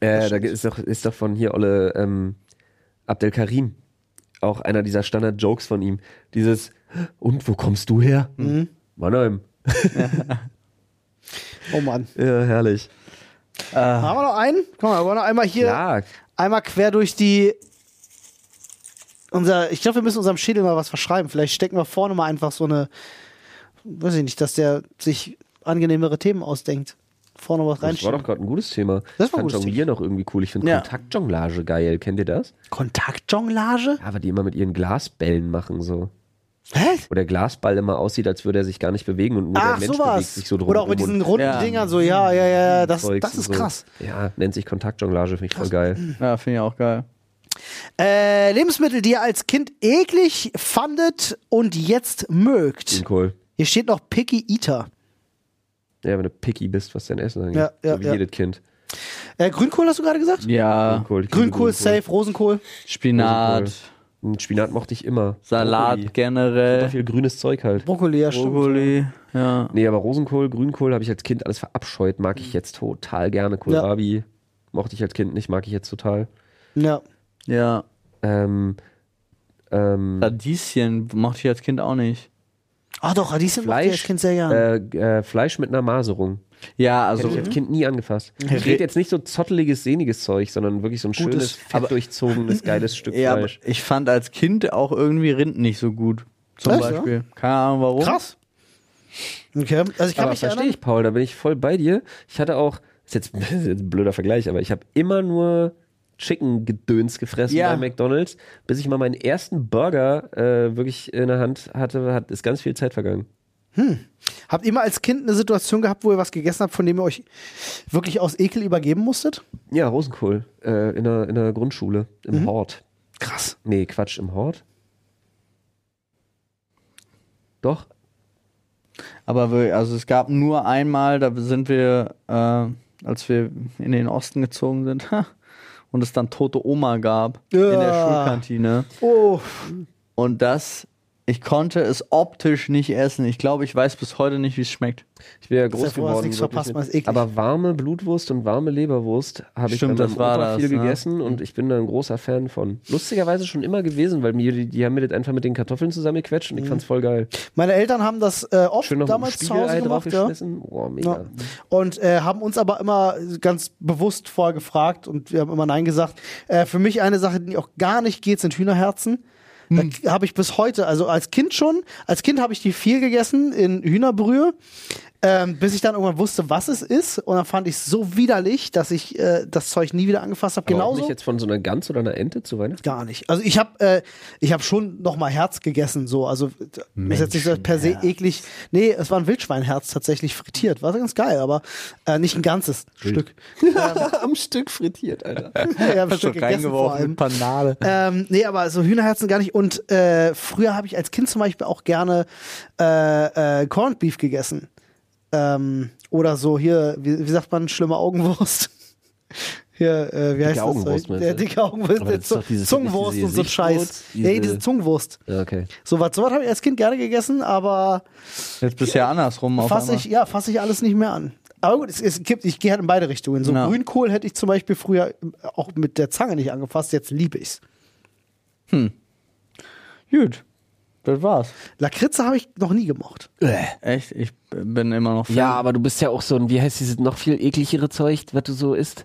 Speaker 2: Äh, da ist doch, ist doch von hier Olle ähm, Abdel Karim. Auch einer dieser Standard-Jokes von ihm. Dieses, und wo kommst du her? Mannheim.
Speaker 1: oh Mann.
Speaker 2: Ja, herrlich. Ah.
Speaker 1: Haben wir noch einen? Komm mal, wollen wir noch einmal hier,
Speaker 2: Ja,
Speaker 1: einmal quer durch die. Unser, ich glaube, wir müssen unserem Schädel mal was verschreiben. Vielleicht stecken wir vorne mal einfach so eine, weiß ich nicht, dass der sich angenehmere Themen ausdenkt. Vorne was
Speaker 2: das war
Speaker 1: reinschieben.
Speaker 2: doch gerade ein gutes
Speaker 1: Das
Speaker 2: Thema.
Speaker 1: war ein
Speaker 2: ich fand
Speaker 1: gutes Thema.
Speaker 2: Jonglieren auch irgendwie cool. Ich finde
Speaker 5: Ja.
Speaker 2: Kontaktjonglage geil. Kennt ihr das?
Speaker 1: Kontaktjonglage?
Speaker 2: Ja, weil die immer mit ihren Glasbällen machen so.
Speaker 1: Hä?
Speaker 2: Wo der Glasball immer aussieht, als würde er sich gar nicht bewegen und nur der
Speaker 1: Ach,
Speaker 2: Mensch bewegt
Speaker 1: sowas.
Speaker 2: sich so drum.
Speaker 1: Oder auch mit
Speaker 2: rum
Speaker 1: diesen
Speaker 2: und
Speaker 1: runden
Speaker 5: Ja.
Speaker 1: Dingern, so, ja, ja, ja, ja, das,
Speaker 2: Zeugs
Speaker 1: das
Speaker 2: und
Speaker 1: ist
Speaker 2: so.
Speaker 1: krass.
Speaker 2: Ja, nennt sich Kontaktjonglage, finde ich voll geil.
Speaker 5: Ja, finde ich auch geil.
Speaker 1: Äh, Lebensmittel, die ihr als Kind eklig fandet und jetzt mögt.
Speaker 2: Cool.
Speaker 1: Hier steht noch Picky Eater.
Speaker 2: Ja, wenn du picky bist, was dein Essen angeht.
Speaker 1: Ja, ja,
Speaker 2: so wie
Speaker 1: ja.
Speaker 2: jedes Kind.
Speaker 1: Äh, Grünkohl hast du gerade gesagt?
Speaker 5: Ja,
Speaker 2: Grünkohl, ich liebe
Speaker 1: Grünkohl ist safe, Rosenkohl.
Speaker 5: Spinat,
Speaker 2: Und Spinat mochte ich immer.
Speaker 5: Salat
Speaker 2: Brokkoli. Super
Speaker 5: generell,
Speaker 2: viel grünes Zeug halt.
Speaker 1: Brokkoli, ja, stimmt.
Speaker 5: Brokkoli, ja.
Speaker 2: Nee, aber Rosenkohl, Grünkohl habe ich als Kind alles verabscheut. Mag
Speaker 1: Mhm.
Speaker 2: ich jetzt total gerne. Kohlrabi mochte ich als Kind nicht, mag ich jetzt total.
Speaker 1: Ja.
Speaker 5: Ja,
Speaker 2: Ähm, ähm,
Speaker 5: Radieschen mochte ich als Kind auch nicht.
Speaker 1: Ah, doch, Radieschen mochte ich als
Speaker 2: Fleisch,
Speaker 1: Kind sehr gerne.
Speaker 2: äh, äh, Fleisch mit einer Maserung.
Speaker 5: Ja, also
Speaker 2: Hätte
Speaker 1: Mhm.
Speaker 2: ich als Kind nie angefasst. Ich rede jetzt nicht so zotteliges, sehniges Zeug, sondern wirklich so ein schönes, fett durchzogenes, geiles Stück
Speaker 5: Ja, aber
Speaker 2: Fleisch.
Speaker 5: ich fand als Kind auch irgendwie Rind nicht so gut. Zum
Speaker 1: Echt,
Speaker 5: Beispiel. Keine Ahnung warum.
Speaker 1: Krass. Okay, also ich kann
Speaker 2: Aber
Speaker 1: mich
Speaker 2: verstehe
Speaker 1: erinnern.
Speaker 2: ich, Paul, da bin ich voll bei dir. Ich hatte auch, ist jetzt, ist jetzt ein blöder Vergleich, aber ich habe immer nur Chicken-Gedöns gefressen
Speaker 5: Ja.
Speaker 2: bei McDonalds, bis ich mal meinen ersten Burger äh, wirklich in der Hand hatte, hat, ist ganz viel Zeit vergangen.
Speaker 1: Habt ihr mal als Kind eine Situation gehabt, wo ihr was gegessen habt, von dem ihr euch wirklich aus Ekel übergeben musstet?
Speaker 2: Ja, Rosenkohl äh, in, der, in der Grundschule, im
Speaker 1: Mhm.
Speaker 2: Hort.
Speaker 1: Krass.
Speaker 2: Nee, Quatsch, im Hort? Doch,
Speaker 5: Aber wir, also es gab nur einmal, da sind wir, äh, als wir in den Osten gezogen sind, und es dann tote Oma gab in der
Speaker 1: Ja.
Speaker 5: Schulkantine.
Speaker 1: Oh,
Speaker 5: Und das Ich konnte es optisch nicht essen. Ich glaube, ich weiß bis heute nicht, wie es schmeckt.
Speaker 2: Ich bin ja
Speaker 1: ja
Speaker 2: groß
Speaker 1: froh, dass
Speaker 2: geworden.
Speaker 1: nichts
Speaker 2: wirklich
Speaker 1: verpasst,
Speaker 2: mit-
Speaker 1: man ist eklig.
Speaker 2: aber warme Blutwurst und warme Leberwurst habe ich bei
Speaker 5: Stimmt,
Speaker 2: meinem
Speaker 5: das war
Speaker 2: Opa
Speaker 5: das,
Speaker 2: viel
Speaker 5: ne?
Speaker 2: gegessen und ich bin da ein großer Fan von. Lustigerweise schon immer gewesen, weil mir die, die haben mir das einfach mit den Kartoffeln zusammengequetscht und ich fand's voll geil.
Speaker 1: Meine Eltern haben das äh, oft
Speaker 2: Schön noch
Speaker 1: Mhm. damals
Speaker 2: ein
Speaker 1: zu Hause
Speaker 2: Spiegelei
Speaker 1: gemacht, ja.
Speaker 2: draufgeschmissen. Boah, mega.
Speaker 1: Ja. Und äh, haben uns aber immer ganz bewusst vorher gefragt und wir haben immer Nein gesagt. Äh, für mich eine Sache, die auch gar nicht geht, sind Hühnerherzen.
Speaker 2: Hm.
Speaker 1: Da habe ich bis heute, also als Kind schon, als Kind habe ich die viel gegessen in Hühnerbrühe, ähm, bis ich dann irgendwann wusste, was es ist. Und dann fand ich es so widerlich, dass ich äh, das Zeug nie wieder angefasst habe.
Speaker 2: Aber auch
Speaker 1: Genauso.
Speaker 2: nicht jetzt von so einer Gans oder einer Ente zu Weihnachten.
Speaker 1: Gar nicht. Also ich habe äh, ich hab schon noch mal Herz gegessen, so. Also ist jetzt nicht so per se eklig. Nee, es war ein Wildschweinherz tatsächlich frittiert. War ganz geil, aber äh, nicht ein ganzes Stück.
Speaker 2: Am Stück frittiert, Alter.
Speaker 1: Ja, ein Stück gegessen vor
Speaker 5: reingeworfen
Speaker 1: allem.
Speaker 5: mit Panade.
Speaker 1: Ähm, nee, aber so Hühnerherzen gar nicht. Und äh, früher habe ich als Kind zum Beispiel auch gerne äh, äh, Corned Beef gegessen. Ähm, oder so hier, wie, wie sagt man, schlimme Augenwurst. Hier, äh, wie heißt
Speaker 2: Augenwurst,
Speaker 1: das?
Speaker 2: meinst
Speaker 1: Ja,
Speaker 2: du?
Speaker 1: dicke Augenwurst,
Speaker 2: Aber das ist
Speaker 1: Zu-
Speaker 2: doch dieses-
Speaker 1: Zungenwurst
Speaker 2: diese
Speaker 1: und so ein Scheiß.
Speaker 2: Sichtwurst,
Speaker 1: Ja,
Speaker 2: diese-
Speaker 1: diese Zungenwurst.
Speaker 2: Ja, okay.
Speaker 1: Sowas so was habe ich als Kind gerne gegessen, aber
Speaker 5: Jetzt bisher andersrum auf
Speaker 1: fasse
Speaker 5: einmal.
Speaker 1: ich, ja, fass ich alles nicht mehr an. Aber gut, es, es gibt, ich gehe halt in beide Richtungen. So
Speaker 5: Ja.
Speaker 1: Grünkohl hätte ich zum Beispiel früher auch mit der Zange nicht angefasst, jetzt liebe ich's.
Speaker 5: Gut. Das war's.
Speaker 1: Lakritze habe ich noch nie gemocht.
Speaker 5: Echt? Ich bin immer noch Fan.
Speaker 2: Ja, aber du bist ja auch so ein, wie heißt dieses noch viel ekligere Zeug, was du so isst?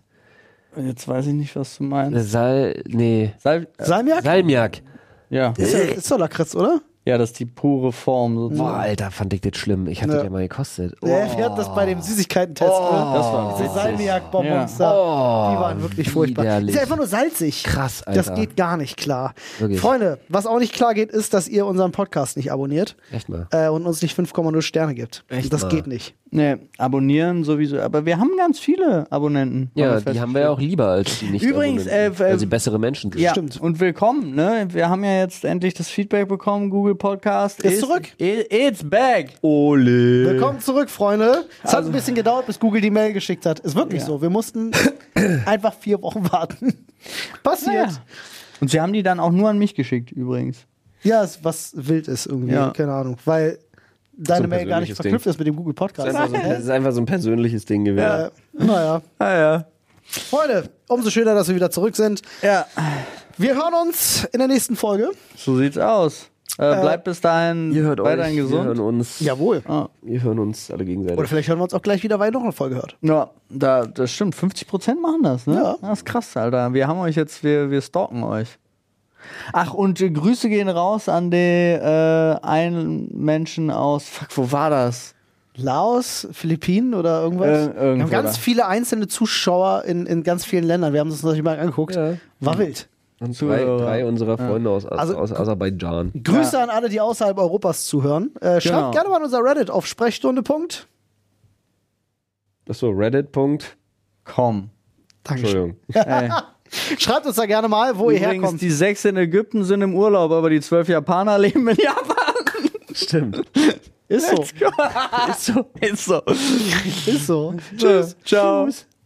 Speaker 5: Jetzt weiß ich nicht, was du meinst.
Speaker 2: Sal, nee.
Speaker 5: Salb
Speaker 1: Salmiak?
Speaker 2: Salmiak.
Speaker 5: ja.
Speaker 1: ist, doch- ist doch Lakritz, oder?
Speaker 5: ja, das ist die pure Form
Speaker 2: Boah,
Speaker 5: sozusagen.
Speaker 2: Alter, fand ich das schlimm. Ich hatte
Speaker 1: Ja.
Speaker 2: das ja mal gekostet. Oh.
Speaker 1: Ja, wir hatten das bei dem Süßigkeiten-Test. ne?
Speaker 5: Das war
Speaker 1: Diese Salmiak-Bonbons
Speaker 5: Ja.
Speaker 1: da.
Speaker 2: Oh,
Speaker 1: Die waren wirklich furchtbar.
Speaker 2: widerlich.
Speaker 1: Ist ja einfach nur salzig.
Speaker 2: Krass, Alter.
Speaker 1: Das geht gar nicht klar.
Speaker 2: Wirklich.
Speaker 1: Freunde, was auch nicht klar geht, ist, dass ihr unseren Podcast nicht abonniert
Speaker 2: Echt mal.
Speaker 1: äh, und uns nicht 5,0 Sterne gibt.
Speaker 2: Echt
Speaker 1: das
Speaker 2: mal.
Speaker 1: geht nicht.
Speaker 5: Nee, abonnieren sowieso. Aber wir haben ganz viele Abonnenten.
Speaker 2: Ja,
Speaker 5: haben wir
Speaker 2: die haben wir ja auch lieber als die nicht.
Speaker 5: Übrigens,
Speaker 2: Abonnenten,
Speaker 5: äh, äh,
Speaker 2: weil sie bessere Menschen sind.
Speaker 5: Ja,
Speaker 1: Stimmt.
Speaker 5: und willkommen, ne? Wir haben ja jetzt endlich das Feedback bekommen, Google Podcast.
Speaker 1: Ist zurück.
Speaker 5: i- It's back.
Speaker 2: Ole.
Speaker 1: Willkommen zurück, Freunde. Es hat
Speaker 2: Also
Speaker 1: ein bisschen gedauert, bis Google die Mail geschickt hat. Ist wirklich
Speaker 5: Ja.
Speaker 1: so. Wir mussten einfach vier Wochen warten. Passiert.
Speaker 5: Ja. Und sie haben die dann auch nur an mich geschickt, übrigens.
Speaker 1: Ja, ist, was wild ist irgendwie.
Speaker 5: Ja.
Speaker 1: Keine Ahnung. Weil deine
Speaker 2: So ein
Speaker 1: Mail gar nicht
Speaker 2: persönliches
Speaker 1: verknüpft ist mit dem Google
Speaker 2: Das
Speaker 1: Podcast.
Speaker 2: ist, einfach so ein, das ist einfach so ein persönliches Ding gewesen.
Speaker 1: Äh, naja.
Speaker 5: Ah ja.
Speaker 1: Freunde, umso schöner, dass wir wieder zurück sind.
Speaker 5: Ja,
Speaker 1: Wir hören uns in der nächsten Folge.
Speaker 5: so sieht's aus. Äh, bleibt bis dahin
Speaker 2: Ihr hört
Speaker 5: weiterhin
Speaker 2: euch, wir hören
Speaker 5: gesund.
Speaker 2: uns.
Speaker 1: Jawohl.
Speaker 5: Ah.
Speaker 2: Wir hören uns alle gegenseitig.
Speaker 1: Oder vielleicht hören wir uns auch gleich wieder, weil noch eine Folge hört.
Speaker 5: Ja, da, das stimmt. 50% machen das, ne?
Speaker 1: Ja.
Speaker 5: Das ist krass, Alter. Wir haben euch jetzt, wir, wir stalken euch. Ach, und äh, Grüße gehen raus an den äh, einen Menschen aus, fuck, wo war das?
Speaker 1: Laos, Philippinen oder
Speaker 5: Äh,
Speaker 1: irgendwas. wir haben
Speaker 5: irgendwo
Speaker 1: ganz
Speaker 5: da.
Speaker 1: viele einzelne Zuschauer in, in ganz vielen Ländern. Wir haben uns das natürlich mal angeguckt.
Speaker 2: Ja.
Speaker 1: War wild.
Speaker 2: Und drei,
Speaker 5: Zuhörer.
Speaker 2: drei unserer Freunde aus, aus,
Speaker 1: Also-
Speaker 2: aus Aserbaidschan.
Speaker 1: Grüße an alle, die außerhalb Europas zuhören. Äh, schreibt
Speaker 5: Genau.
Speaker 1: gerne mal an unser Reddit auf Sprechstunde. Punkt.
Speaker 2: Das ist so Reddit. Punkt.
Speaker 5: Komm.
Speaker 2: Entschuldigung.
Speaker 5: Ey.
Speaker 1: Schreibt uns da gerne mal, wo ihr
Speaker 5: Übrigens,
Speaker 1: herkommt.
Speaker 5: die sechs in Ägypten sind im Urlaub, aber die zwölf Japaner leben in Japan.
Speaker 2: Stimmt.
Speaker 1: Ist so.
Speaker 5: Ist so. Ist so.
Speaker 1: Ist so.
Speaker 5: Tschüss. Ciao. Tschüss.